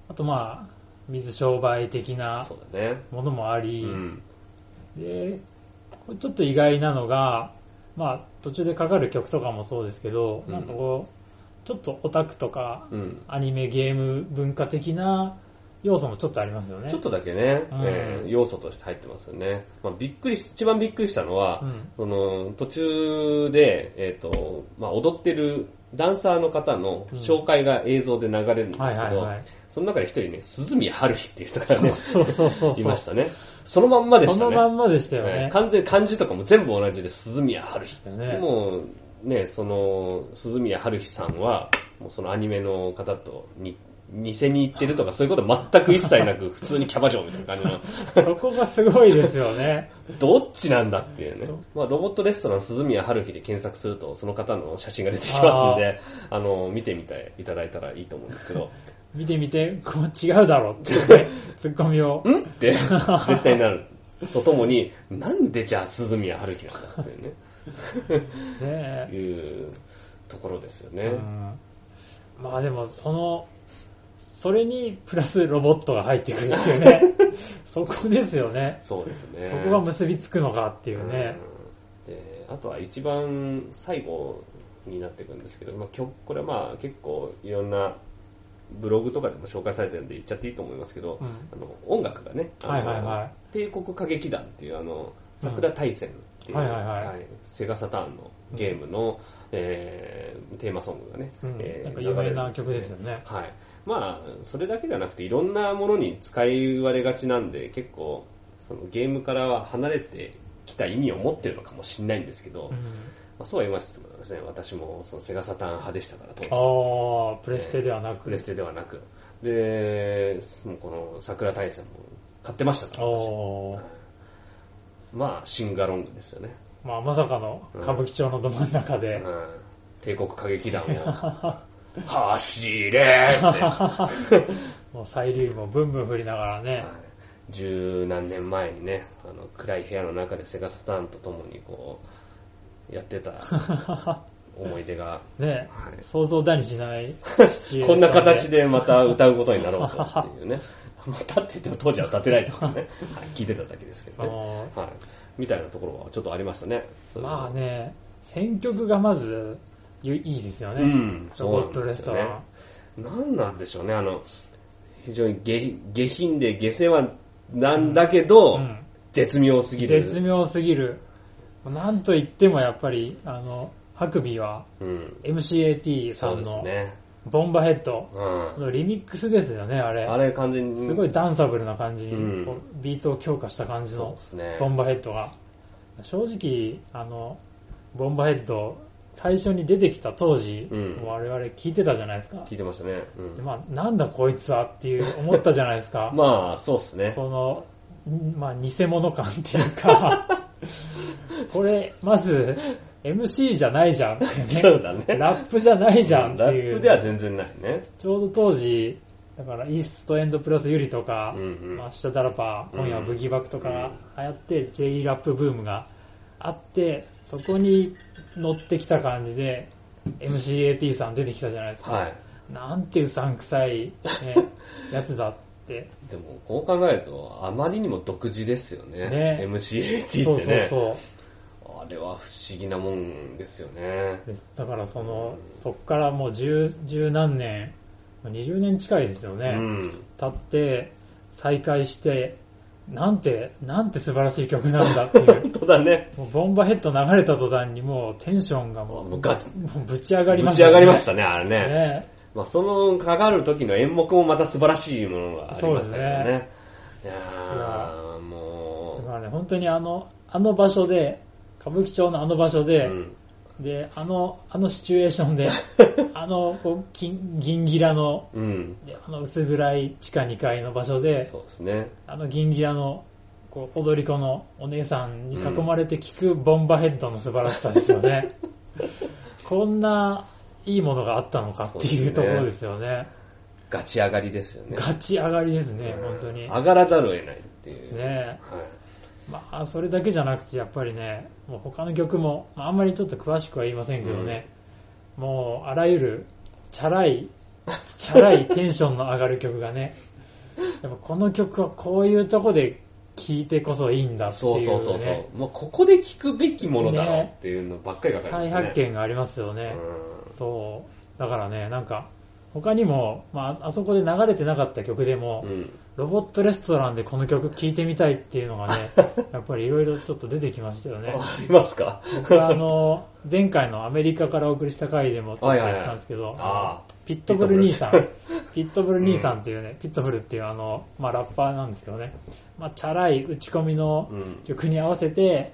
Speaker 2: あとまあ、水商売的な
Speaker 1: そうだね。
Speaker 2: ものもあ
Speaker 1: う
Speaker 2: り、
Speaker 1: ん。
Speaker 2: で、これちょっと意外なのが、まあ、途中でかかる曲とかもそうですけど、
Speaker 1: うん
Speaker 2: なんかこう、ちょっとオタクとか、
Speaker 1: うん。
Speaker 2: アニメ、ゲーム、文化的な要素もちょっとありますよね。
Speaker 1: ちょっとだけね、
Speaker 2: うん
Speaker 1: えー要素として入ってますよね。まあ、びっくりし、一番びっくりしたのは、
Speaker 2: うん
Speaker 1: その途中で、えっ、と、まあ、踊ってるダンサーの方の紹介が映像で流れるんですけど、
Speaker 2: はいはいはい。
Speaker 1: その中で一人ね、鈴宮春日っていう人がね、
Speaker 2: そうそうそうそう。
Speaker 1: いましたね。そのまんまでしたね。
Speaker 2: そのまんまでしたよ
Speaker 1: えー
Speaker 2: ね。
Speaker 1: 完全に漢字とかも全部同じで、鈴宮春日。
Speaker 2: ね
Speaker 1: でも、ね、その、鈴宮春日さんは、もうそのアニメの方とに、偽に行ってるとか、そういうこと全く一切 なく、普通にキャバ嬢みたいな感じの、
Speaker 2: そこがすごいですよね。
Speaker 1: どっちなんだっていうね
Speaker 2: そう。
Speaker 1: まあ、ロボットレストラン鈴宮春日で検索すると、その方の写真が出てきますんで、あの、見てみていただいたらいいと思うんですけど、
Speaker 2: 見てみて、こう違うだろうってい うね、ツッコミを。
Speaker 1: んって絶対なる。とともに、なんでじゃあ鈴宮春日なんだっていうね。
Speaker 2: ねえ
Speaker 1: いうところですよね。
Speaker 2: うんまあでも、その、それにプラスロボットが入ってくるっていうね。 そこですよね。
Speaker 1: そうですね。
Speaker 2: そこが結びつくのかっていうね。
Speaker 1: うんであとは一番最後になっていくんですけど、まあ、曲これはまあ結構いろんなブログとかでも紹介されてるんで言っちゃっていいと思いますけど、
Speaker 2: うん
Speaker 1: あの音楽がね、あの
Speaker 2: はいはいはい
Speaker 1: 帝国歌劇団っていうあの桜大戦っていう、
Speaker 2: はいはいはい
Speaker 1: セガサターンのゲームの、えーテーマソングがね、
Speaker 2: うん
Speaker 1: えー
Speaker 2: なんか有名な
Speaker 1: 流
Speaker 2: 曲
Speaker 1: れるん
Speaker 2: ですよね。
Speaker 1: はい。まあ、それだけじゃなくて、いろんなものに使い割れがちなんで、結構、そのゲームからは離れてきた意味を持ってるのかもしれないんですけど、
Speaker 2: うん
Speaker 1: まあ、そうは言いましてもですね、私もそのセガサターン派でしたから、当時
Speaker 2: ああ、プレステではなく。
Speaker 1: プレステではなく。で、もうこの桜大戦も買ってましたから、私
Speaker 2: おー
Speaker 1: まあ、シンガロングですよね。
Speaker 2: まあまさかの歌舞伎町のど真ん中
Speaker 1: う
Speaker 2: で。
Speaker 1: ん、帝国歌劇 団を、走れーって。
Speaker 2: もうサイリウムをブンブン振りながらね
Speaker 1: は、い十何年前にねあの暗い部屋の中でセガサターンと共にこうやって た思い出が、
Speaker 2: ね、
Speaker 1: はい
Speaker 2: 想像だにしないシチュエーション
Speaker 1: こんな形でまた歌うことになろうとっていうね またって言っても当時は歌ってないですけどね、 はい、聞いてただけですけどね、
Speaker 2: あ
Speaker 1: はい、みたいなところはちょっとありましたね
Speaker 2: ーまあね、選曲がまずゆいいですよね。
Speaker 1: うん
Speaker 2: ロボットレストラン。
Speaker 1: 何なんでしょうねあの非常に下下品で下世話なんだけど、
Speaker 2: うん
Speaker 1: 絶妙すぎる
Speaker 2: 絶妙すぎる。なんと言ってもやっぱり、あの、ハクビは
Speaker 1: うん、
Speaker 2: MCAT さ
Speaker 1: そうんです
Speaker 2: の
Speaker 1: ね
Speaker 2: ボンバヘッド
Speaker 1: うん
Speaker 2: のリミックスですよね、あれ。
Speaker 1: あれ完全に。
Speaker 2: すごいダンサブルな感じに、
Speaker 1: うん
Speaker 2: こうビートを強化した感じ
Speaker 1: そう
Speaker 2: の
Speaker 1: ですね。
Speaker 2: ボンバーヘッドが。正直、あの、ボンバーヘッド、最初に出てきた当時、
Speaker 1: うん
Speaker 2: 我々聞いてたじゃないですか
Speaker 1: 聞。いてましたね。う
Speaker 2: で
Speaker 1: ん、
Speaker 2: まあ、なんだこいつはっていう思ったじゃないですか。
Speaker 1: まあ、そうですね。
Speaker 2: その、んまあ、偽物感っていう か、これ、まず、MC じゃないじゃんっていうね。
Speaker 1: そうだね
Speaker 2: ラップじゃないじゃんって
Speaker 1: ラ
Speaker 2: いう。
Speaker 1: ップでは全然ないね。
Speaker 2: ちょうど当時、だから、イーストエンドプラスユリとか、
Speaker 1: うんうん
Speaker 2: マッシュダラパー、今夜はブギーバックとかが流行って、J ラップブームがあって、そこに乗ってきた感じで、MCAT さん出てきたじゃないですか。
Speaker 1: はい。
Speaker 2: なんていうさんくさい、ね、 やつだって。
Speaker 1: でも、こう考えると、あまりにも独自ですよね。
Speaker 2: ね
Speaker 1: MCAT ってね
Speaker 2: そうそうそ
Speaker 1: あれは不思議なもんですよね
Speaker 2: う。。ですだから、その、そっからもう十、十何年、20年近いですよね。
Speaker 1: うん。
Speaker 2: 立って再会してなんてなんて素晴らしい曲なんだっていう
Speaker 1: 本当だね。
Speaker 2: もうボンバーヘッド流れた途端にもうテンションがもう
Speaker 1: もうガッ
Speaker 2: もうぶち上がり
Speaker 1: ぶ
Speaker 2: まし
Speaker 1: ち
Speaker 2: た
Speaker 1: 上
Speaker 2: ね、
Speaker 1: がりましたね、あれね。
Speaker 2: ね
Speaker 1: まあ、そのかかる時の演目もまた素晴らしいものがありましたけど
Speaker 2: そうです
Speaker 1: ね。いやー、
Speaker 2: だか
Speaker 1: も
Speaker 2: らね、本当にあの、あの場所で、歌舞伎町のあの場所
Speaker 1: う、う
Speaker 2: で、
Speaker 1: ん、
Speaker 2: で、あの、あのシチュエーション で、あの、こう、金、銀ギラの、
Speaker 1: うん、
Speaker 2: であの薄暗い地下2階の場所で、
Speaker 1: そうですね。
Speaker 2: あの銀ギラの、こう、踊り子のお姉さんに囲まれて聞くボンバヘッドの素晴らしさですよ ね。こんないいものがあったのかっていうところですよね。
Speaker 1: ガチ上がりですよね。
Speaker 2: ガチ上がりですね、
Speaker 1: うん
Speaker 2: 本当に。
Speaker 1: 上がらざるを得ないっていう。
Speaker 2: ね
Speaker 1: はい。
Speaker 2: まあ、それだけじゃなくて、やっぱりね、もう他の曲も、まあ、あんまりちょっと詳しくは言いませんけどね、もう、あらゆる、チャラい、チャラいテンションの上がる曲が ね、やっぱこの曲はこういうとこで聴いてこそいいんだっていう、
Speaker 1: そう
Speaker 2: ね、
Speaker 1: そうそうそう。もうここで聞くべきものだろうっていうのばっかり書かれて
Speaker 2: 再
Speaker 1: ます
Speaker 2: 発見がありますよね。
Speaker 1: う
Speaker 2: そう。だからね、なんか、他にも、まあ、あそこで流れてなかった曲でも、
Speaker 1: ん。うん。
Speaker 2: ロボットレストランでこの曲聴いてみたいっていうのが ね、やっぱりいろいろちょっと出てきましたよね。
Speaker 1: あります か
Speaker 2: 僕はあの、前回のアメリカからお送りした回でもちょっと言ったんですけ
Speaker 1: はい
Speaker 2: ど
Speaker 1: はいはいああ、
Speaker 2: ピットブル兄さん
Speaker 1: ピット、
Speaker 2: ピットブル兄さんっていうね、ピットブルっていうあの、まあラッパーなんですけどね、まあチャラい打ち込みの
Speaker 1: うん。
Speaker 2: 曲に合わせて、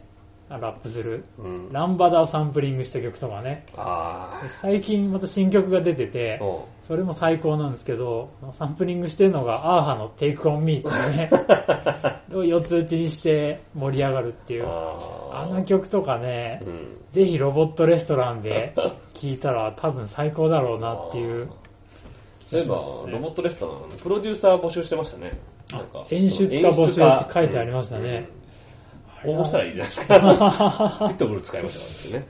Speaker 2: あラップする、
Speaker 1: うん。
Speaker 2: ランバダをサンプリングした曲とかね、
Speaker 1: あ
Speaker 2: 最近また新曲が出てて
Speaker 1: あ。、うん
Speaker 2: それも最高なんですけど、サンプリングしてるのがアーハのテイクオンミーっていうね、 を四つ打ちにして盛り上がるっていう、あ
Speaker 1: あ
Speaker 2: の曲とかね、
Speaker 1: うん。
Speaker 2: ぜひロボットレストランで聴いたら多分最高だろうなっていう。
Speaker 1: そういえば、ロボットレストラン、プロデューサー募集してましたね。なんか
Speaker 2: 演出家募集って書いてありましたね。
Speaker 1: うん応募したらいいじゃないですか。 ピットブル使いましたからね。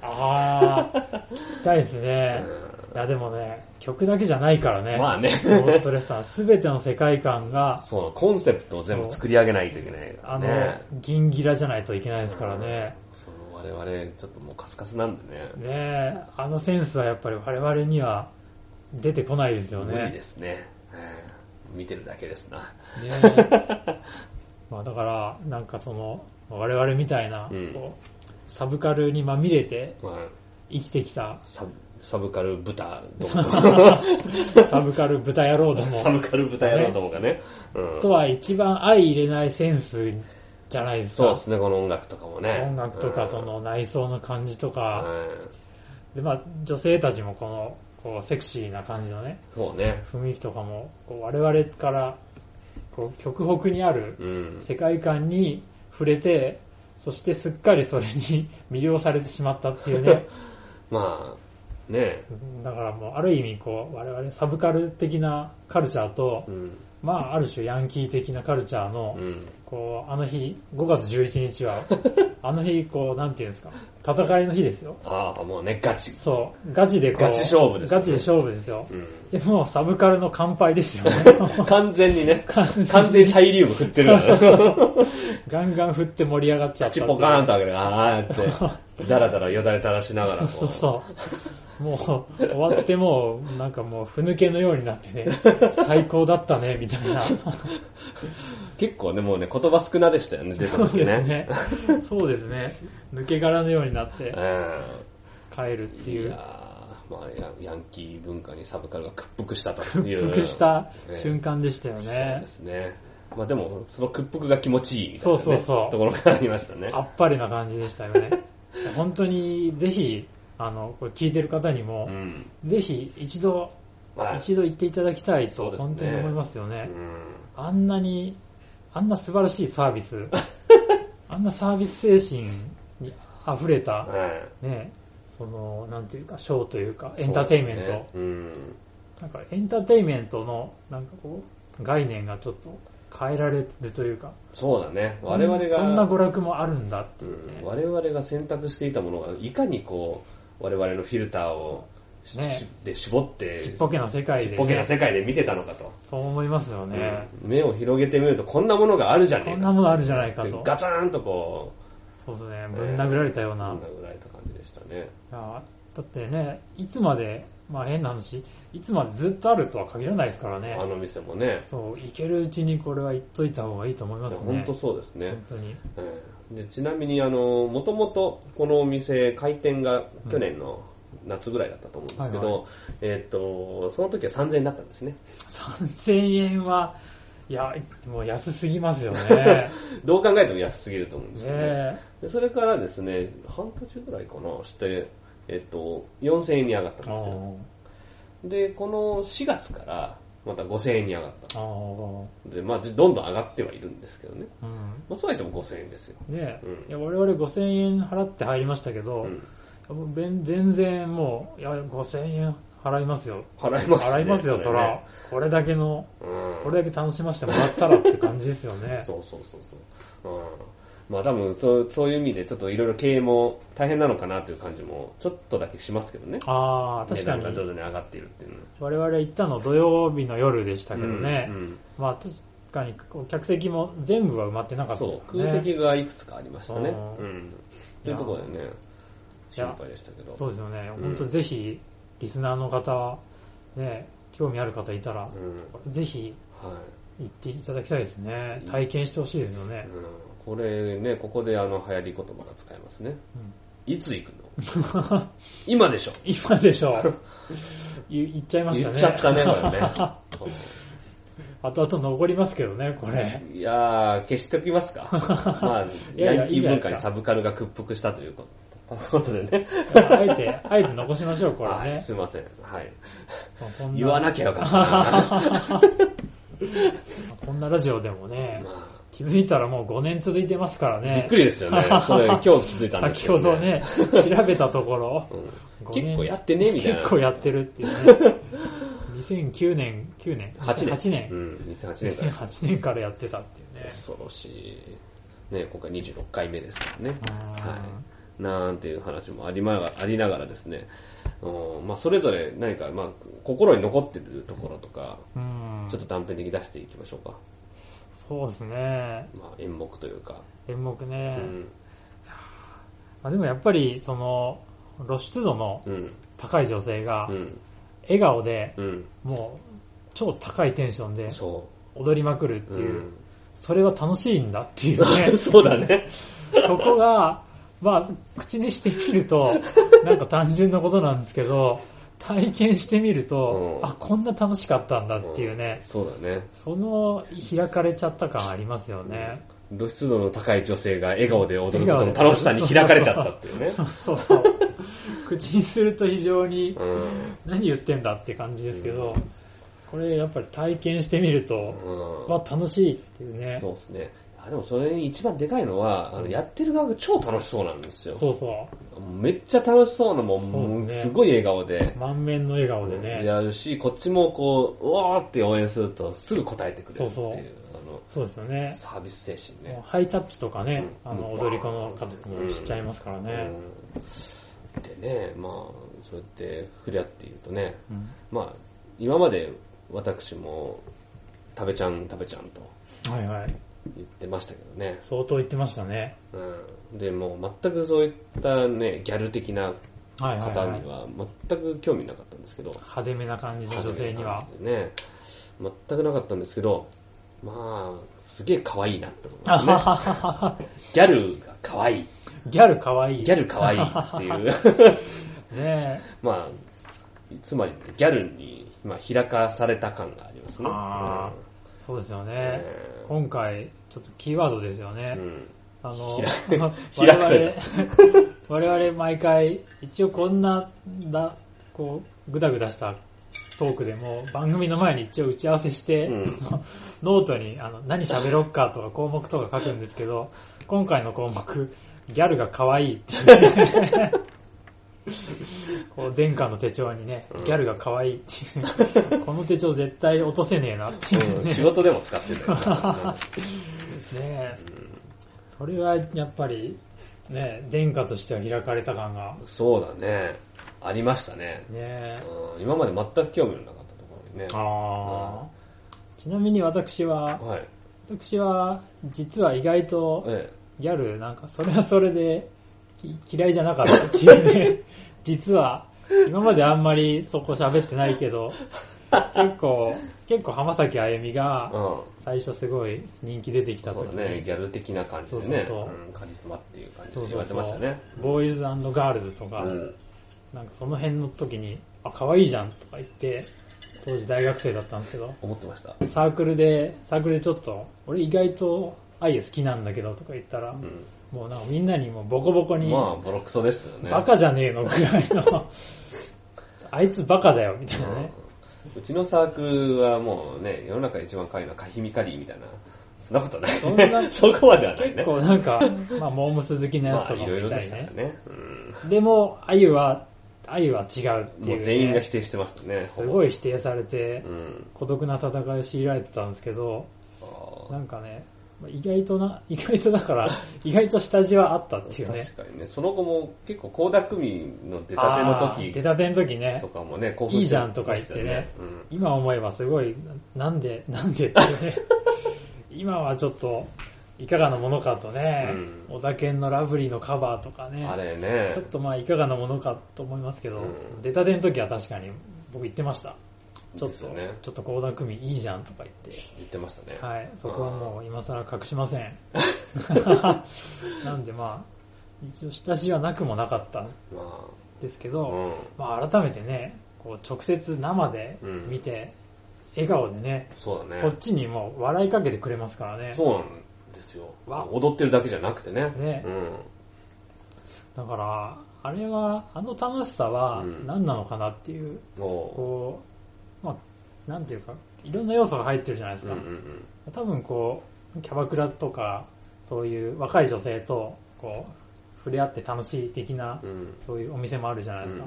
Speaker 2: あー、聞きたいですね。いやでもね、曲だけじゃないからね。
Speaker 1: まあね
Speaker 2: ロボットレストラン、すべての世界観が、
Speaker 1: そう、コンセプトを全部作り上げないといけないから
Speaker 2: あの、
Speaker 1: ね。
Speaker 2: 銀ギラじゃないといけないですからね。
Speaker 1: その我々、ちょっともうカスカスなんでね。
Speaker 2: ねえ、あのセンスはやっぱり我々には出てこないですよね。
Speaker 1: 無理ですね。うん見てるだけですな。
Speaker 2: ねえまあだから、なんかその、我々みたいな、
Speaker 1: うん
Speaker 2: こうサブカルにまみれて
Speaker 1: まあ、
Speaker 2: 生きてきた
Speaker 1: サブサブカル豚ども
Speaker 2: サブカル豚野郎ど
Speaker 1: サ
Speaker 2: も、
Speaker 1: ブカル豚野郎どもがね。うん
Speaker 2: とは一番相入れないセンスじゃないです
Speaker 1: そう
Speaker 2: か。
Speaker 1: ですね、この音楽とかもね。
Speaker 2: 音楽と
Speaker 1: う
Speaker 2: か、
Speaker 1: ん
Speaker 2: そ、の内装の感じとか、
Speaker 1: うん
Speaker 2: でまあ女性たちもこの、こうセクシーな感じのね、
Speaker 1: そうね。
Speaker 2: 雰囲気とかも、こう我々から、こう極北にある
Speaker 1: うん。
Speaker 2: 世界観に触れて、そしてすっかりそれに 魅了されてしまったってい うね。
Speaker 1: まあ、ね
Speaker 2: だからもうある意味こう、我々サブカル的なカルチャーと、
Speaker 1: うん。
Speaker 2: まあある種ヤンキー的なカルチャーの、
Speaker 1: うん。
Speaker 2: こう、あの日、5月11日 は、あの日、こう、なんていうんですか、戦いの日ですよ。
Speaker 1: ああ、もうね、ガチ。
Speaker 2: そう、ガチでこう、
Speaker 1: ガチ勝負ですね
Speaker 2: ガチで勝負ですよ。
Speaker 1: うん。
Speaker 2: でもうサブカルの乾杯ですよね。
Speaker 1: 完全にね、
Speaker 2: 完全に
Speaker 1: 完全にサイリウム振ってるからね。
Speaker 2: ガンガン振って盛り上がっちゃったって
Speaker 1: 口
Speaker 2: いう。
Speaker 1: ポカーンと開けて、あー って、だらだらよだれ垂らしながらこう。
Speaker 2: そうそう。もう、終わってもう、なんかもう、ふぬけのようになってね、 最高だったね、みたいな。
Speaker 1: 結構ね、もうね、言葉少なでしたよね、出た
Speaker 2: そう
Speaker 1: 時ね。
Speaker 2: ですね。そうですね。抜け殻のようになって
Speaker 1: うん。
Speaker 2: 帰るってい
Speaker 1: いうやー、、まあヤン、ヤンキー文化にサブカルが屈服したという。
Speaker 2: 屈服した瞬
Speaker 1: 間、
Speaker 2: 間でしたよ
Speaker 1: そう
Speaker 2: ね
Speaker 1: で。すね。まあでも、その屈服が気持ちいいみたいな、ね、
Speaker 2: そうそうそう
Speaker 1: ところがありましたね。
Speaker 2: あっぱれな感じでした よね。本当に、ぜひ、あの、これ聞いてる方に
Speaker 1: う
Speaker 2: も、
Speaker 1: ん。
Speaker 2: ぜひ一度、
Speaker 1: はい
Speaker 2: 一度行っていただきたい
Speaker 1: そうで
Speaker 2: と、
Speaker 1: すね
Speaker 2: 本当に思いますよ
Speaker 1: う
Speaker 2: ね。
Speaker 1: ん。
Speaker 2: あんなに、あんな素晴らしいサー ビス、あんなサービス精神に溢れた、
Speaker 1: は
Speaker 2: ね、その、なんていうか、ショーというか、
Speaker 1: い
Speaker 2: エンターテインメント。
Speaker 1: そうですねうん。
Speaker 2: なんか、エンターテインメントの、なんかこう、概念がちょっと変えられるというか、
Speaker 1: そうだね。我々が、
Speaker 2: こんな娯楽もあるんだっていう
Speaker 1: うん
Speaker 2: ね。
Speaker 1: 我々が選択していたものが、いかにこう、我々のフィルターを、し
Speaker 2: ね
Speaker 1: で絞って、
Speaker 2: ちっぽけな世界
Speaker 1: ち
Speaker 2: で、
Speaker 1: っ
Speaker 2: ね。
Speaker 1: ぽけな世界で見てたのかと。
Speaker 2: そう思いますよね。
Speaker 1: うん目を広げてみると、こんなものがあるじゃねえ
Speaker 2: こ
Speaker 1: か
Speaker 2: んなものあるじゃないかと。
Speaker 1: ガツーンとこ
Speaker 2: そうですね、ぶん殴られたよう
Speaker 1: う、
Speaker 2: な。
Speaker 1: なんだぐらいた感じでしたね。
Speaker 2: いやだってね、いつまで、まあ変な話、いつまでずっとあるとは限らないですからね
Speaker 1: あ。の店もね。
Speaker 2: そう、行けるうちにこれは行っといた方がいいと思いますね。
Speaker 1: 本当そうですね
Speaker 2: 本。当に。
Speaker 1: うんでちなみに、あの、もともとこのお店、開店が去年の夏ぐらいだったと思うんですけど、
Speaker 2: はいは
Speaker 1: えっと、その時は3000円だったんですね。
Speaker 2: 3000円は、いや、もう安すぎます よね。
Speaker 1: どう考えても安すぎると思うんです
Speaker 2: ね
Speaker 1: よね。
Speaker 2: え。
Speaker 1: でそれからですね、半年ぐらいかな、して、えっと、4000円に上がったん
Speaker 2: あ
Speaker 1: ですよ。で、この4月から、また5000円に上がった。
Speaker 2: あ、ああ、
Speaker 1: で、まあ、じどんどん上がってはいるんですけどね。
Speaker 2: うん。
Speaker 1: まあ、そうは言っても5000円ですよ。
Speaker 2: ねえ、
Speaker 1: うん
Speaker 2: いや我々5000円払って入りましたけど、
Speaker 1: うん
Speaker 2: もう全全然もう、いや、5000円払いますよ。
Speaker 1: 払いますね。
Speaker 2: 払いますよ、そ
Speaker 1: これね
Speaker 2: ら。これだけの、
Speaker 1: うん。
Speaker 2: これだけ楽しませてもらったらって感じですよね。
Speaker 1: そうそうそうそう。うん。まあ多分そう、そういう意味でちょっといろいろ経営も大変なのかなという感じもちょっとだけしますけどね。
Speaker 2: ああ、確かに
Speaker 1: 値。段が徐々に上がっているっていうのは
Speaker 2: 我々行ったの土曜日の夜でしたけどね。
Speaker 1: うんうん
Speaker 2: まあ確かに、こう客席も全部は埋まってなかったです
Speaker 1: そ
Speaker 2: ね。
Speaker 1: う、空席がいくつかありましたね。
Speaker 2: うん
Speaker 1: うん。というところでね、
Speaker 2: いや
Speaker 1: 心配でしたけど。
Speaker 2: そうですよね。
Speaker 1: うん
Speaker 2: 本当ぜひ、リスナーの方、ね、興味ある方いたら、
Speaker 1: うん。
Speaker 2: ぜひ
Speaker 1: はい。
Speaker 2: 行っていただきたいですね。体験してほしいですよね。
Speaker 1: うんこれね、ここであの流行り言葉が使えますね。
Speaker 2: うん
Speaker 1: いつ行くの 今でしょ
Speaker 2: 今でし ょう。言言っちゃいました
Speaker 1: 言
Speaker 2: ね。
Speaker 1: っちゃったね、 これね
Speaker 2: 後々残りますけどね、これ。
Speaker 1: うん。いやー、消しておきますか。まあ、
Speaker 2: いやいや
Speaker 1: ヤンキー文化
Speaker 2: いいじゃないで
Speaker 1: に
Speaker 2: すか
Speaker 1: サブカルが屈服したということということでね。
Speaker 2: あえて、あえて残しましょう、これ
Speaker 1: はい
Speaker 2: ね。
Speaker 1: すいません。はい。
Speaker 2: まあこん
Speaker 1: 言わなきゃよか ったな。
Speaker 2: こんなラジオでもね、
Speaker 1: まあ
Speaker 2: 気づいたらもう5年続いてますからね。
Speaker 1: びっくりですよね。それ今日気づいたんです
Speaker 2: 先
Speaker 1: けど、
Speaker 2: ほどね、調べたところ、
Speaker 1: うん
Speaker 2: 5年
Speaker 1: 結構やってね、みたいな。
Speaker 2: 結構やってるっていうね。2009年、9年
Speaker 1: 8年。
Speaker 2: 8年
Speaker 1: う。ん、2008年から。
Speaker 2: 2008年からやってたっていうね。
Speaker 1: 恐ろしい。ね、今回26回目ですからね。
Speaker 2: うん
Speaker 1: はい。なんていう話もありまがありながらですね、うんまあ、それぞれ何か、まあ、心に残ってるところとか、
Speaker 2: うん。
Speaker 1: ちょっと断片的に出していきましょうか。
Speaker 2: そうですね。
Speaker 1: まあ、演目というか。
Speaker 2: 演目
Speaker 1: う
Speaker 2: ね。
Speaker 1: ん。
Speaker 2: まあ、でもやっぱり、その、露出度の
Speaker 1: うん。
Speaker 2: 高い女性が
Speaker 1: う、ん。
Speaker 2: 笑顔で、
Speaker 1: うん。
Speaker 2: もう、超高いテンションで
Speaker 1: そ
Speaker 2: 踊りまくるっ
Speaker 1: う。
Speaker 2: ていう、それは楽しいんだっていう
Speaker 1: う
Speaker 2: ね
Speaker 1: ん。。そうだね。
Speaker 2: そこが、まあ、口にしてみる と、なんか単純なことなんですけど、体験してみると、
Speaker 1: うん
Speaker 2: あ、こんな楽しかったんだっていうね
Speaker 1: ん、そうだね。
Speaker 2: その開かれちゃった感ありますよね。
Speaker 1: 露出度の高い女性が笑顔で踊ることの楽しさに開かれちゃったっていうね。
Speaker 2: そうそうそう。口にすると非常に、
Speaker 1: うん。
Speaker 2: 何言ってんだって感じですけ
Speaker 1: う
Speaker 2: ど、これやっぱり体験してみると、
Speaker 1: うん
Speaker 2: は楽しいっていうね。
Speaker 1: そうですね。あでもそれに一番でかいのは、あ
Speaker 2: う
Speaker 1: の
Speaker 2: ん
Speaker 1: やってる側が超楽しそうなんですよ。
Speaker 2: そうそ
Speaker 1: めっちゃ楽しそうなもん、
Speaker 2: そうですね
Speaker 1: もうすごい笑顔で
Speaker 2: う。。満面の笑顔でね。
Speaker 1: やるし、こっちもこう、うわーって応援するとすぐ答えてくれるっていう、
Speaker 2: そうそう
Speaker 1: あの、
Speaker 2: そうですよね。
Speaker 1: サービス精神
Speaker 2: も
Speaker 1: ね
Speaker 2: う。ハイタッチとかね、
Speaker 1: うん
Speaker 2: あの、
Speaker 1: うん
Speaker 2: 踊り子の方ともしちゃいますからね。
Speaker 1: うんでね、まあ、そうやって触れ合っているとね、
Speaker 2: うん
Speaker 1: まあ、今まで私も、食べちゃん、食べちゃんと
Speaker 2: はいはい。
Speaker 1: 言ってましたけどね。
Speaker 2: 相当言ってましたね。
Speaker 1: うん。で、もう全くそういったね、ギャル的な
Speaker 2: はいはい、
Speaker 1: 方
Speaker 2: はい。
Speaker 1: には全く興味なかったんですけど、
Speaker 2: 派手めな感じの女性には。。
Speaker 1: ね、全くなかったんですけど、まあ、すげえ可愛いなって思いま
Speaker 2: あ
Speaker 1: す
Speaker 2: は
Speaker 1: ね。
Speaker 2: ははは
Speaker 1: ギャルが可愛い。
Speaker 2: ギャルかわいい。
Speaker 1: ギャル可愛いっていう。
Speaker 2: ね
Speaker 1: まあ、つまり、ギャルに、まあ、開かされた感がありますね。
Speaker 2: あえそうですよね
Speaker 1: え。ー
Speaker 2: 今回、ちょっとキーワードですよ
Speaker 1: う
Speaker 2: ね。
Speaker 1: ん。
Speaker 2: あの、
Speaker 1: ひ ら開
Speaker 2: 我
Speaker 1: かれ
Speaker 2: 々、 我々毎回、一応こんな、だ、こう、ぐだぐだしたトークでも、番組の前に一応打ち合わせして、
Speaker 1: うん
Speaker 2: その ノートに、あの、何喋ろっかとか項目とか書くんですけど、今回の項目、ギャルが可愛いっていう ねこう、殿下の手帳にね
Speaker 1: うん、
Speaker 2: ギャルが可愛いっていうね、この手帳絶対落とせねえなっていう
Speaker 1: うん
Speaker 2: ね。
Speaker 1: 仕事でも使ってる
Speaker 2: ねえ、それはやっぱり、ねえ、殿下としては開かれた感が、
Speaker 1: そうだね。ありましたね。
Speaker 2: ねえ、
Speaker 1: うん今まで全く興味のなかったところにね。
Speaker 2: ああ、ちなみに私は、
Speaker 1: はい。
Speaker 2: 私は、実は意外と、
Speaker 1: え
Speaker 2: ギャル、なんか、それはそれで、き嫌いじゃなかったっていう ね、実は、今まであんまりそこ喋ってないけど、結構、結構浜崎あゆみ
Speaker 1: え。
Speaker 2: が、
Speaker 1: うん。
Speaker 2: 最初すごい人気出てきた
Speaker 1: そう
Speaker 2: 時
Speaker 1: だ
Speaker 2: に、
Speaker 1: ね、ギャル的な感じでね、
Speaker 2: そうそうそうん
Speaker 1: カリスマっていう感じ
Speaker 2: そ
Speaker 1: で
Speaker 2: う
Speaker 1: 言
Speaker 2: そ
Speaker 1: わ
Speaker 2: う
Speaker 1: れて
Speaker 2: そう
Speaker 1: ましたね。
Speaker 2: ボーイズガールズとか、
Speaker 1: うん
Speaker 2: なんかその辺の時に、あ、可愛いじゃんとか言って、当時大学生だったんですけど、
Speaker 1: 思ってました。
Speaker 2: サークルで、サークルでちょっと、俺意外とアユ好きなんだけどとか言ったら、
Speaker 1: うん。
Speaker 2: もうなんかみんなにもうボコボコに、
Speaker 1: まあ、ボロクソですよね。
Speaker 2: バカじゃねえのぐらいの、 あいつバカだよみたいなね。
Speaker 1: うんうちのサークルはもうね、世の中で一番可愛いのはカヒミカリーみたいな、そんなことない、ね。
Speaker 2: そん な
Speaker 1: そこまではないね。
Speaker 2: 結構なんか、まあ、モームス好きなや
Speaker 1: ま
Speaker 2: つ
Speaker 1: あ、
Speaker 2: と
Speaker 1: い
Speaker 2: かも
Speaker 1: ろいろ
Speaker 2: いた
Speaker 1: で
Speaker 2: り
Speaker 1: したから
Speaker 2: ね。
Speaker 1: ね。うん
Speaker 2: でも、あゆは、あゆは違うっていう、ね。
Speaker 1: もう全員が否定してましたね。
Speaker 2: すご
Speaker 1: い。
Speaker 2: い否定されて
Speaker 1: う、ん。
Speaker 2: 孤独な戦いを強いられてたんですけど、
Speaker 1: あー
Speaker 2: なんかね、まあ意外とな、意外とだ から、意外と下地はあったっていうね。
Speaker 1: 確かにね、その後も結構、高田組の出
Speaker 2: あ
Speaker 1: た
Speaker 2: ー
Speaker 1: て
Speaker 2: 出
Speaker 1: の時
Speaker 2: たての時ね
Speaker 1: と。かもね、興奮
Speaker 2: い
Speaker 1: し
Speaker 2: い
Speaker 1: て
Speaker 2: じゃん
Speaker 1: ま
Speaker 2: とか言っ
Speaker 1: した
Speaker 2: て
Speaker 1: よ
Speaker 2: ね。
Speaker 1: うん
Speaker 2: 今思えばすごい、ななんで、なんでって ね。今はちょっと、いかがなものかとね、
Speaker 1: う
Speaker 2: 小田健のラブリーのカバーとかね。
Speaker 1: あれね
Speaker 2: ちょっ、とまあいかがなものかと思いますけど、
Speaker 1: うん
Speaker 2: 出たての時は確かに僕言ってました。ちょっ
Speaker 1: です
Speaker 2: と、
Speaker 1: よね
Speaker 2: ちょっと高田組いいじゃんとか言って。
Speaker 1: 言ってましたね。
Speaker 2: はい、そこはもう今更隠しま せん。なんでまあ、一応親しはなくもなかったん
Speaker 1: うん。ま
Speaker 2: ですけ
Speaker 1: あ、
Speaker 2: ど、
Speaker 1: うん。
Speaker 2: まあ改めてね、こう直接生で見て、笑顔でね、
Speaker 1: そうだね。
Speaker 2: こっちにもう笑いかけてくれますからね。
Speaker 1: そうなんですよ。
Speaker 2: わ
Speaker 1: 踊ってるだけじゃなくてね。
Speaker 2: ね
Speaker 1: うん。
Speaker 2: だから、あれは、あの楽しさは
Speaker 1: うん
Speaker 2: 何なのかなっていう、
Speaker 1: も
Speaker 2: こう、まあ、なんていうか、いろんな要素が入ってるじゃないで
Speaker 1: う、
Speaker 2: す
Speaker 1: うん
Speaker 2: か。
Speaker 1: うんうん。
Speaker 2: 多分こう、キャバクラとか、そういう若い女性と、こう、触れ合って楽しい的な、
Speaker 1: うん
Speaker 2: そういうお店もあるじゃないですか。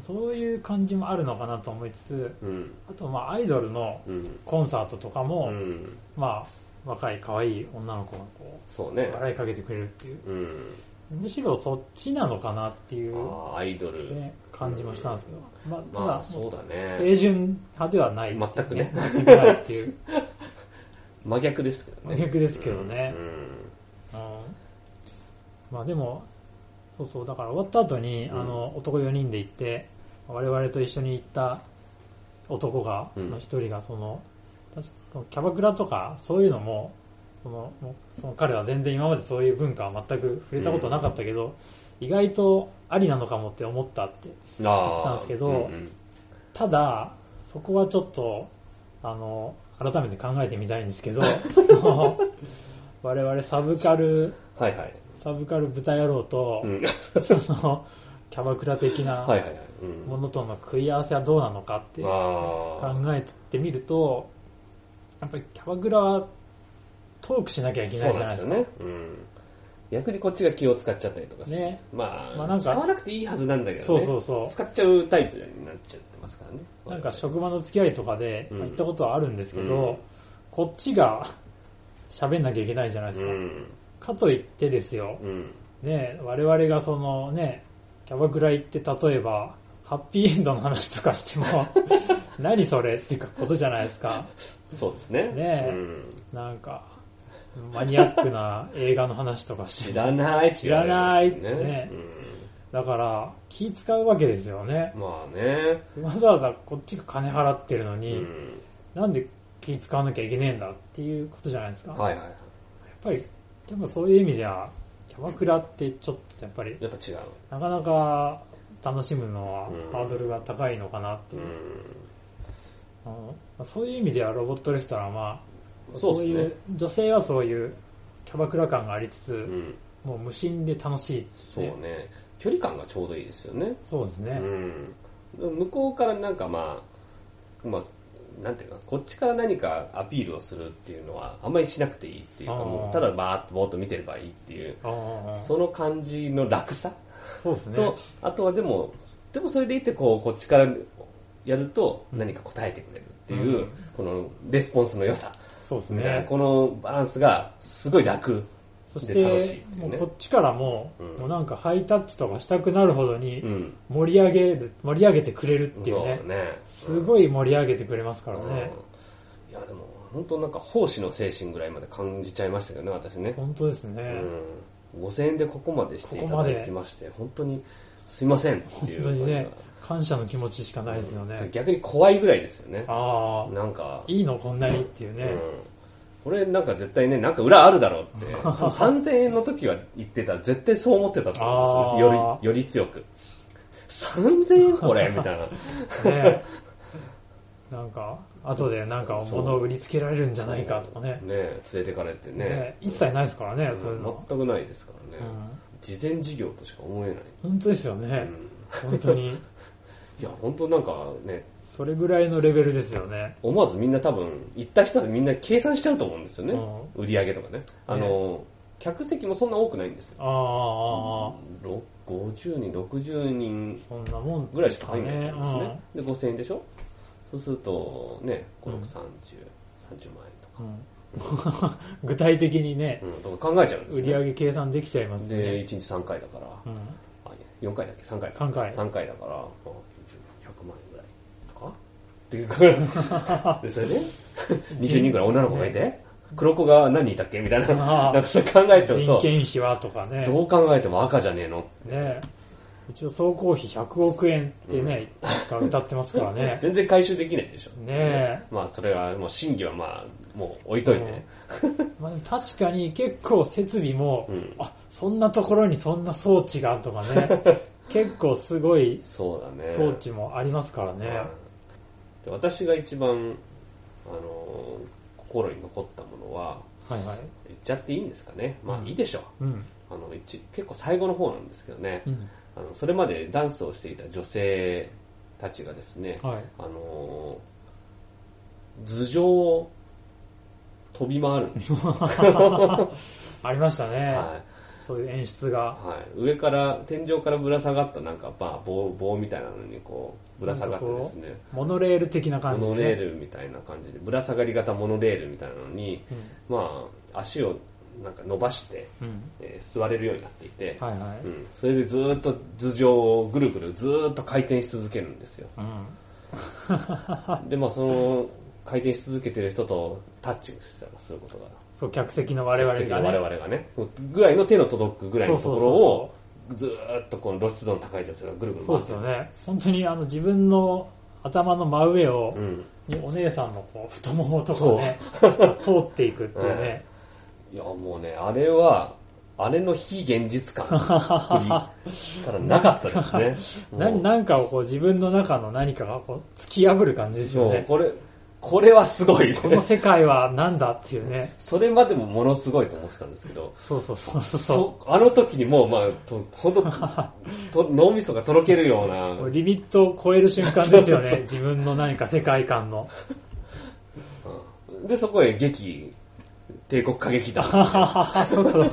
Speaker 1: う
Speaker 2: そういう感じもあるのかなと思いつつ、
Speaker 1: んうんうん
Speaker 2: あとまあアイドルの
Speaker 1: うん
Speaker 2: コンサートとかも、
Speaker 1: うん
Speaker 2: まあ、若い可愛い女の子がこ
Speaker 1: そう
Speaker 2: う、
Speaker 1: ね。
Speaker 2: 笑いかけてくれるっていう、
Speaker 1: うん。
Speaker 2: むしろそっちなのかなっていう、
Speaker 1: ああ、アイドル。
Speaker 2: ね、感じもしたんですけど、まあ、ただ、
Speaker 1: まあ、そうだ
Speaker 2: 清
Speaker 1: ね。
Speaker 2: 純派ではないっていう、
Speaker 1: 全くね
Speaker 2: 全くないっていう。
Speaker 1: 真逆ですけどね。
Speaker 2: 真逆ですけどね
Speaker 1: うん。
Speaker 2: うんまあでも、そうそう、だから終わった後に、
Speaker 1: うん
Speaker 2: あの、男4人で行って、我々と一緒に行った男が、
Speaker 1: うん
Speaker 2: の一人が、その、確かキャバクラとか、そういうのも、その、もうその彼は全然今までそういう文化は全く触れたことなかったけど、意外とありなのかもって思ったって。
Speaker 1: うんああ。
Speaker 2: したんですけど
Speaker 1: うんうん
Speaker 2: ただ、そこはちょっと、あの、改めて考えてみたいんで すけど、 我々サブカル、
Speaker 1: はいはい。
Speaker 2: サブカル豚野郎と、
Speaker 1: うん
Speaker 2: その、キャバクラ的
Speaker 1: はい
Speaker 2: な
Speaker 1: はいはい。うん
Speaker 2: ものとの食い合わせはどうなのかって考
Speaker 1: ああ。
Speaker 2: えてみると、やっぱりキャバクラはトークしなきゃいけな
Speaker 1: そ
Speaker 2: いうじゃ
Speaker 1: なん
Speaker 2: な
Speaker 1: です
Speaker 2: いで
Speaker 1: よ
Speaker 2: すか。
Speaker 1: ね。うん。逆にこっちが気を使っちゃったりとかして
Speaker 2: ね
Speaker 1: まあ、
Speaker 2: まあなんか
Speaker 1: 使わなくていいはずなんだけどね。
Speaker 2: そうそうそう
Speaker 1: 使っちゃうタイプになっちゃってますからね。
Speaker 2: なんか職場の付き合いとかで
Speaker 1: うん
Speaker 2: まあ行ったことはあるんですけど、
Speaker 1: うん
Speaker 2: こっちが喋んなきゃいけないじゃないで
Speaker 1: う
Speaker 2: すか。
Speaker 1: ん。
Speaker 2: かといってですよ、
Speaker 1: うん。
Speaker 2: ね、我々がそのね、キャバクラ行って例えば、ハッピーエンドの話とかして も、何それっていうことじゃないですか。
Speaker 1: そうですね。
Speaker 2: ね
Speaker 1: う
Speaker 2: え
Speaker 1: ん
Speaker 2: なんか、マニアックな映画の話とかし
Speaker 1: 知
Speaker 2: て。
Speaker 1: らないって言われますよ
Speaker 2: 知らないってね
Speaker 1: う
Speaker 2: だから、気使うわけですよね
Speaker 1: ん。まあね。
Speaker 2: わざわざこっちが金払ってるの
Speaker 1: う
Speaker 2: に、
Speaker 1: ん。
Speaker 2: なんで気使わなきゃいけねえんだっていうことじゃないですか。やっ
Speaker 1: はいはい。
Speaker 2: ぱり、でもそういう意味では、キャバクラってちょっとやっぱり、
Speaker 1: やっぱ違う。
Speaker 2: なかなか楽しむのは
Speaker 1: うん
Speaker 2: ハードルが高いのかなって
Speaker 1: う
Speaker 2: いう。
Speaker 1: ん。
Speaker 2: あのそういう意味ではロボットレストランは、
Speaker 1: そう
Speaker 2: そう
Speaker 1: で
Speaker 2: い
Speaker 1: す
Speaker 2: う
Speaker 1: ね。、
Speaker 2: 女性はそういうキャバクラ感がありつつ、
Speaker 1: うん。
Speaker 2: もう無心で楽しいって、
Speaker 1: そうね。距離感がちょうどいいですよね。
Speaker 2: そうですね。
Speaker 1: うん。向こうからなんかまあ、まあ、なんていうか、こっちから何かアピールをするっていうのは、あんまりしなくていいっていうか、
Speaker 2: あー
Speaker 1: もうただバーっとぼーっと見てればいいっていう、
Speaker 2: ああ
Speaker 1: その感じの楽さ
Speaker 2: そうですね。
Speaker 1: と、あとはでも、でもそれでいて、こう、こっちからやると
Speaker 2: うん
Speaker 1: 何か答えてくれるっていう、
Speaker 2: うん
Speaker 1: このレスポンスの良さ、
Speaker 2: そうです
Speaker 1: みたいな
Speaker 2: ね。
Speaker 1: このバランスがすごい楽。
Speaker 2: そして、
Speaker 1: で楽しいってい
Speaker 2: も
Speaker 1: う
Speaker 2: う
Speaker 1: ね
Speaker 2: こっちからも、
Speaker 1: うん
Speaker 2: もうなんかハイタッチとかしたくなるほど
Speaker 1: う
Speaker 2: に
Speaker 1: ん。
Speaker 2: 盛り上げる、盛り上げてくれるっていうね。
Speaker 1: そうね。
Speaker 2: すごい盛り上げてくれますからね。
Speaker 1: うんいや、でも、本当なんか奉仕の精神ぐらいまで感じちゃいましたけどね、私ね。
Speaker 2: 本当ですね。
Speaker 1: うん。5000円でここまでしていた
Speaker 2: ここま
Speaker 1: だ
Speaker 2: で
Speaker 1: きまして、本当にすいませんって
Speaker 2: 本
Speaker 1: いう。
Speaker 2: 当にね、感謝の気持ちしかないですよね。
Speaker 1: 逆に怖いぐらいですよね。
Speaker 2: ああ、
Speaker 1: なんか、
Speaker 2: いいのこんなにっていうね。
Speaker 1: うんこれなんか絶対ね、なんか裏あるだろうって、3000円の時は言ってた、絶対そう思ってたと思うんですよ、
Speaker 2: あ
Speaker 1: よ
Speaker 2: ー
Speaker 1: りより強く。 3000円これみたい な。
Speaker 2: ねえ。なんか、後でなんか物を売りつけられるんじゃないかとか
Speaker 1: ね
Speaker 2: ね。
Speaker 1: え連れてかれてね。
Speaker 2: ね一切ないですからね、そういうの。
Speaker 1: 全くないですからね、
Speaker 2: うん
Speaker 1: 事前事業としか思えない。
Speaker 2: 本当ですよ
Speaker 1: う
Speaker 2: ね。
Speaker 1: ん
Speaker 2: 本当に。
Speaker 1: いや、本当なんかね、
Speaker 2: それぐらいのレベルですよね。
Speaker 1: 思わずみんな多分、行った人はみんな計算しちゃうと思うんですよね。
Speaker 2: う
Speaker 1: 売り上げとかね。あの、客席もそんな多くないんですよ。
Speaker 2: ああ、
Speaker 1: ろ50人、60人
Speaker 2: そんなもん
Speaker 1: ぐらいしか入んない
Speaker 2: ね。
Speaker 1: んですね。で、5000円でしょそうすると、ね、5、
Speaker 2: う
Speaker 1: 6、30
Speaker 2: ん、
Speaker 1: 30万円とか。
Speaker 2: うん 具体的にね、
Speaker 1: うん、とか考えちゃうんです
Speaker 2: 売
Speaker 1: よ、
Speaker 2: り
Speaker 1: ね。
Speaker 2: 上げ計算できちゃいます
Speaker 1: で、
Speaker 2: ね。
Speaker 1: 1日3回だから、
Speaker 2: うん
Speaker 1: あ4回だっけ ?3 回か。
Speaker 2: 3回
Speaker 1: 3回だから、まあ100万円ぐらいとかっていうからい。で、そ れで、20人ぐらい女の子がいて、黒子が何人いたっけみたいな。
Speaker 2: あ
Speaker 1: な
Speaker 2: ー
Speaker 1: んかそれ考えてる
Speaker 2: 人
Speaker 1: と、
Speaker 2: 件費はとかね。
Speaker 1: どう考えても赤じゃねえの。
Speaker 2: ね一応総工費100億円ってね、歌ってますから ね。
Speaker 1: 全然回収できないでしょ。
Speaker 2: ね
Speaker 1: まあ、それは、もう審議はまあ、もう置いといて。
Speaker 2: え、まあ、でも確かに結構設備も、
Speaker 1: うん
Speaker 2: あ、そんなところにそんな装置がとか ね、結構すごい
Speaker 1: そうだね。
Speaker 2: 装置もありますからね。
Speaker 1: で私が一番、あのー心に残ったものは、
Speaker 2: はいはい。
Speaker 1: 言っちゃっていいんですかね。ま
Speaker 2: う
Speaker 1: あ、
Speaker 2: ん
Speaker 1: いいでしょう。
Speaker 2: うん。
Speaker 1: あの一結構最後の方なんですけどね、
Speaker 2: うん。
Speaker 1: あのそれまでダンスをしていた女性たちがですね、
Speaker 2: はい。
Speaker 1: あのー頭上を飛び回るんですよ、
Speaker 2: ありましたね。
Speaker 1: は
Speaker 2: そういう演出
Speaker 1: い
Speaker 2: が。
Speaker 1: はい、上から天井からぶら下がったなんか、まあ、棒棒みたいなのにこうぶら下がってですね
Speaker 2: モノレール的な
Speaker 1: モ
Speaker 2: 感じで、
Speaker 1: ノレールみたいな感じでぶら下がり型モノレールみたいなのに、まあ、足をなんか伸ばして、
Speaker 2: うん。うん。
Speaker 1: えー座れるようになっていて、
Speaker 2: はいはい。
Speaker 1: うん、それでずーっと頭上をぐるぐるずーっと回転し続けるんですよ。
Speaker 2: うん。
Speaker 1: で、まあその回転し続けてる人とタッチしたらすることが、
Speaker 2: そう、客席の我々がね。
Speaker 1: 客席の我々がね、ぐらいの手の届くぐらいのところを、ずーっとこの露出度の高い女性がぐるぐる
Speaker 2: そう
Speaker 1: 回っ
Speaker 2: で
Speaker 1: て
Speaker 2: す
Speaker 1: る
Speaker 2: よね。本当にあの自分の頭の真上を、
Speaker 1: うん。
Speaker 2: にお姉さんのこう太ももとかね、 通っていくってい うね。
Speaker 1: いや、もうね、あれは、あれの非現実感からなかったですね。
Speaker 2: な
Speaker 1: もう
Speaker 2: なんかをこう自分の中の何かがこう突き破る感じですよ
Speaker 1: そう、
Speaker 2: ね。
Speaker 1: これ、これはすごい。
Speaker 2: この世界は何だっていうね。
Speaker 1: それまでもものすごいと思ってたんですけど、
Speaker 2: そうそうそうそうそ
Speaker 1: そうあの時にもう、まあ、とほんとと脳みそがとろけるよう
Speaker 2: う。もう
Speaker 1: な、
Speaker 2: リミットを超える瞬間ですよね。自分の何か世界観の。
Speaker 1: うんで、そこへ劇、帝国歌劇団。
Speaker 2: そうそう。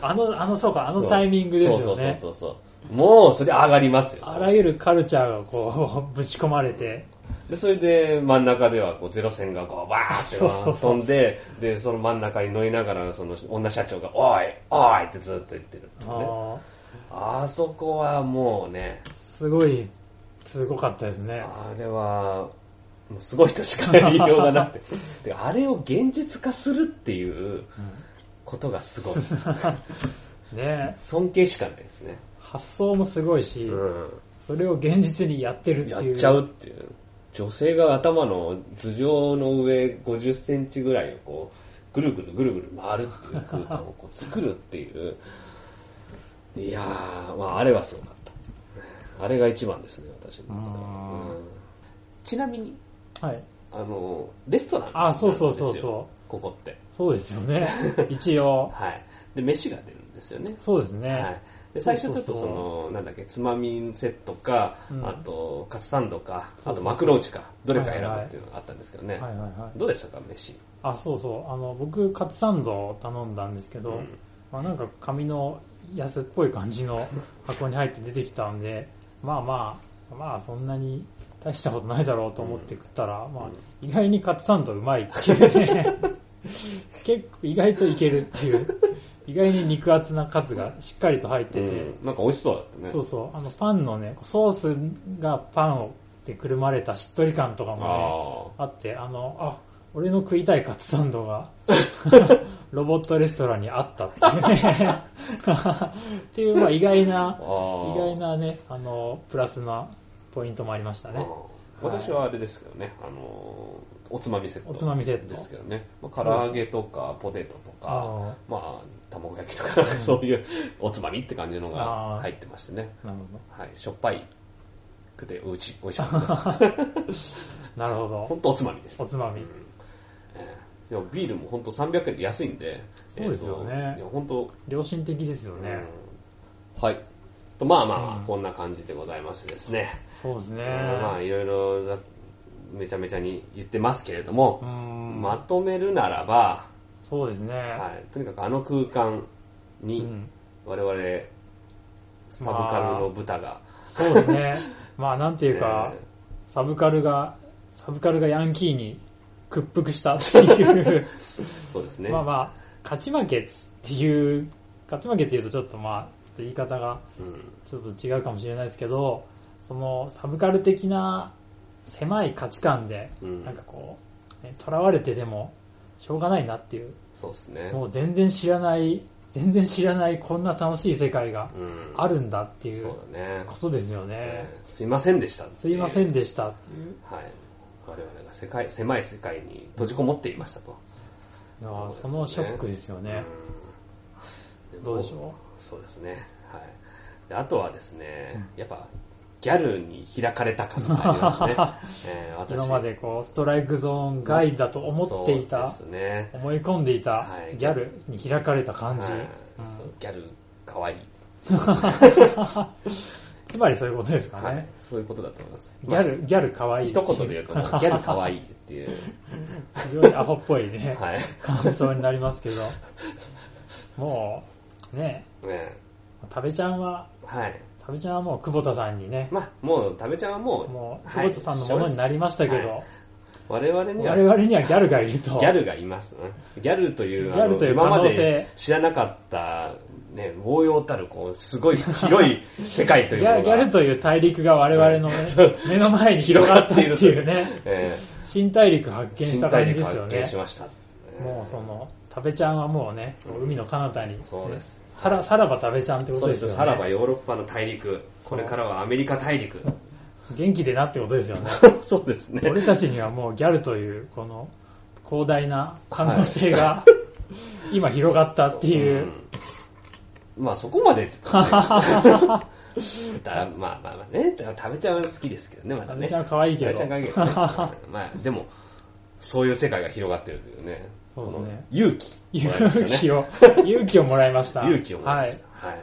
Speaker 2: あの、あの、そうか、あのタイミングですよね。
Speaker 1: そうそうそうそう。もう、それ上がりますよ。
Speaker 2: あらゆるカルチャーがこう、ぶち込まれて、
Speaker 1: で、それで、真ん中では、こう、ゼロ戦が、こう、バ
Speaker 2: そうそ
Speaker 1: ーっ
Speaker 2: う
Speaker 1: て
Speaker 2: そう
Speaker 1: 飛んで、で、その真ん中に乗りながら、その、女社長が、おい、おいってずっと言ってるっていうね。
Speaker 2: あー
Speaker 1: あそこはもうね、
Speaker 2: すごい、すごかったですね。
Speaker 1: あれは、もうすごいとしか言いようが なくて。で、あれを現実化するっていうことがすごい。
Speaker 2: ねえ
Speaker 1: 尊敬しかないですね。
Speaker 2: 発想もすごいし、
Speaker 1: うん。
Speaker 2: それを現実にやってる
Speaker 1: や
Speaker 2: っ
Speaker 1: って
Speaker 2: いう。
Speaker 1: ちゃうっていう。女性が頭の頭上の上50センチぐらいをこう、ぐるぐるぐるぐる回るっていう空間をこう作るっていう。いやー、まああれはすごかった。あれが一番ですね、私の中では。
Speaker 2: うん
Speaker 1: うんちなみに、
Speaker 2: はい。
Speaker 1: あの、レストラン
Speaker 2: あそうそうそうそう
Speaker 1: なんですよここって。
Speaker 2: そうですよ ね。一応。
Speaker 1: はい。で、飯が出るんですよね。
Speaker 2: そうです
Speaker 1: は
Speaker 2: ね
Speaker 1: い。。で、最初ちょっと
Speaker 2: そう
Speaker 1: そ
Speaker 2: そうそう
Speaker 1: の、なんだっけ、つまみセットか
Speaker 2: う、ん
Speaker 1: あと、カツサンドか、
Speaker 2: そうそう
Speaker 1: あ
Speaker 2: そ
Speaker 1: と
Speaker 2: う
Speaker 1: マクローチか、どれか選
Speaker 2: はい
Speaker 1: ぶ
Speaker 2: はい
Speaker 1: っていうのがあったんですけど
Speaker 2: はい
Speaker 1: ね
Speaker 2: は。いはい。
Speaker 1: どうでしたか、飯。
Speaker 2: あ、そうそう。あの、僕、カツサンドを頼んだんですけど、
Speaker 1: うん
Speaker 2: まあ、なんか紙の安っぽい感じの箱に入って出てきたんで、まあまあ、まあそんなに大したことないだろうと思って食ったら、まあ意外にカツサンドうまいっていう ね。結構意外といけるっていう。意外に肉厚なカツがしっかりと入ってて、
Speaker 1: うんなんか美味しそうだったね。
Speaker 2: そうそう、あのパンのね、ソースがパンをでくるまれたしっとり感とかもね、
Speaker 1: あ
Speaker 2: あって、あの、あ、俺の食いたいカツサンド が、ロボットレストランにあったっていうね。っていう、まあ意外
Speaker 1: あ。
Speaker 2: な、意
Speaker 1: 意
Speaker 2: 外なね、あの、プラスなポイントもありましたね。
Speaker 1: 私はあれですけどね、あの、おつまみセット。
Speaker 2: おつまみセット
Speaker 1: ですけどね。まあ唐揚げとか、ポテトとか、
Speaker 2: あ
Speaker 1: まあ、卵 焼きとか、そういうおつまみって感じのが入ってましてね。
Speaker 2: あ、なるほど。
Speaker 1: はい、しょっぱいくて、おうち、おいしか ったです。
Speaker 2: なるほ
Speaker 1: ほ
Speaker 2: ど。
Speaker 1: んとおつまみです。
Speaker 2: おつまみ。
Speaker 1: えーでもビールもほんと300円で安いんで。
Speaker 2: そうですよね
Speaker 1: えーといや、ほんと、
Speaker 2: 良心的ですよね。
Speaker 1: うんはい。とまあまあまあ、
Speaker 2: うん
Speaker 1: こんな感じでございましてですね。
Speaker 2: そうですね。
Speaker 1: まあいろいろざめちゃめちゃに言ってますけれども
Speaker 2: う、ん。
Speaker 1: まとめるならば、
Speaker 2: そうですね。
Speaker 1: はい、とにかくあの空間
Speaker 2: う
Speaker 1: に
Speaker 2: ん
Speaker 1: 我々、サブカルの豚が、
Speaker 2: そうですね。まあなんていうか、
Speaker 1: えー
Speaker 2: サブカルが、サブカルがヤンキーに屈服したっていう、
Speaker 1: そうですね。
Speaker 2: まあまあ、勝ち負けっていう、勝ち負けっていうとちょっとまあ、ちょっと言い方が
Speaker 1: うん
Speaker 2: ちょっと違うかもしれないですけど、そのサブカル的な狭い価値観で、
Speaker 1: うん
Speaker 2: なんかこう、ね囚われてでもしょうがないなっていう、
Speaker 1: そうですね。
Speaker 2: もう全然知らない、全然知らないこんな楽しい世界が
Speaker 1: うん
Speaker 2: あるんだっていう
Speaker 1: そうだね。
Speaker 2: ことですよね。
Speaker 1: えーすいませんでした。
Speaker 2: すいません
Speaker 1: で
Speaker 2: でしたっていう。
Speaker 1: した。はい。我々が世界、狭い世界に閉じこもっていましたと。
Speaker 2: いや
Speaker 1: そう
Speaker 2: ー
Speaker 1: です
Speaker 2: そ
Speaker 1: ね
Speaker 2: のショックですよね。
Speaker 1: うん
Speaker 2: どうでしょ
Speaker 1: そうですね。はい。であとはですね、やっぱ、ギャルに開かれた感があり ますね。えー
Speaker 2: う
Speaker 1: 私
Speaker 2: 今までこう、ストライクゾーン外だと思っていた、
Speaker 1: そうですね。
Speaker 2: 思い込んでいた
Speaker 1: はい
Speaker 2: ギャルに開かれた感じ。
Speaker 1: はい
Speaker 2: うん
Speaker 1: そうギャル、かわいい。
Speaker 2: つまりそういうことですかね。
Speaker 1: はい。そういうことだと思います。
Speaker 2: ギャル、ギャル可
Speaker 1: まあ、
Speaker 2: 愛い
Speaker 1: 一言で言 うと、ギャルかわいいっていう。
Speaker 2: 非常にアホっぽいね、
Speaker 1: はい。
Speaker 2: 感想になりますけど。もう、ね、
Speaker 1: ね
Speaker 2: 食べちゃんは、
Speaker 1: はい。
Speaker 2: 食べちゃんはもう久保田さんにね、
Speaker 1: まあ、もう、食べちゃんはもう、
Speaker 2: もう、
Speaker 1: は
Speaker 2: 久
Speaker 1: い
Speaker 2: 保田さんのものになりましたけど、
Speaker 1: 我々には、
Speaker 2: 我々にはギャルがいると。
Speaker 1: ギャルがいます、ね。ギャルという、
Speaker 2: ギャルという可能
Speaker 1: あの今まで
Speaker 2: 性
Speaker 1: 知らなかった、ね、応用たる、こう、すごい広 い世界と
Speaker 2: ギ
Speaker 1: いうもの
Speaker 2: ャ
Speaker 1: が。
Speaker 2: ギャルという大陸が我々のね、目の前に広がったって いうね、
Speaker 1: え
Speaker 2: 新大陸発
Speaker 1: ー
Speaker 2: 見し
Speaker 1: 新
Speaker 2: た
Speaker 1: 大
Speaker 2: 感じ
Speaker 1: 陸
Speaker 2: です
Speaker 1: 発
Speaker 2: よ
Speaker 1: 見し
Speaker 2: ね。
Speaker 1: ました。
Speaker 2: もうその、食べちゃんはもうね、海の彼方に、
Speaker 1: そうです
Speaker 2: さら、さらば食べちゃんってこ
Speaker 1: そ
Speaker 2: と
Speaker 1: う
Speaker 2: で
Speaker 1: ですす
Speaker 2: よ
Speaker 1: よ、
Speaker 2: ね。
Speaker 1: さらばヨーロッパの大陸、これからはアメリカ大 陸。
Speaker 2: 元気でなってことで すよね。
Speaker 1: そうですね。
Speaker 2: 俺たちにはもうギャルという、この、広大な可能性が、 今広がったっていう。
Speaker 1: うんまあそこまで、だまあまあまあね、だから食べちゃう好きですけどね、まだ
Speaker 2: 食
Speaker 1: ね。
Speaker 2: べちゃん可愛いけど。
Speaker 1: 食べちゃう可愛いけどね まあでも、そういう世界が広がってるというね。
Speaker 2: そうです
Speaker 1: こ
Speaker 2: ね
Speaker 1: の勇気。
Speaker 2: 勇気
Speaker 1: を。
Speaker 2: を、勇気をもらいました。
Speaker 1: 勇気をもら
Speaker 2: はい
Speaker 1: まし。
Speaker 2: い
Speaker 1: た。はい。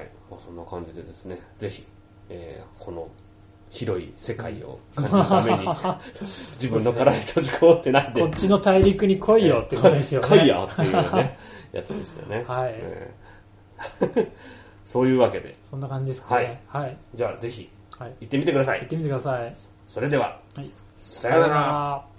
Speaker 1: はい。まあそんな感じでですね、ぜひ、えーこの広い世界を感じるた めに、自分の殻に閉じこもってないで。
Speaker 2: こっちの大陸に来いよってことですよね。
Speaker 1: 来いよっていうね、やつですよね。
Speaker 2: はい
Speaker 1: えー そういうわけで、
Speaker 2: そんな感じですかね。はい。
Speaker 1: じゃあぜひ
Speaker 2: はい。
Speaker 1: 行ってみてくださ
Speaker 2: 行っ
Speaker 1: い。
Speaker 2: てみてください。
Speaker 1: それでは、
Speaker 2: はい。
Speaker 1: さような
Speaker 2: さよ
Speaker 1: ら。
Speaker 2: ら。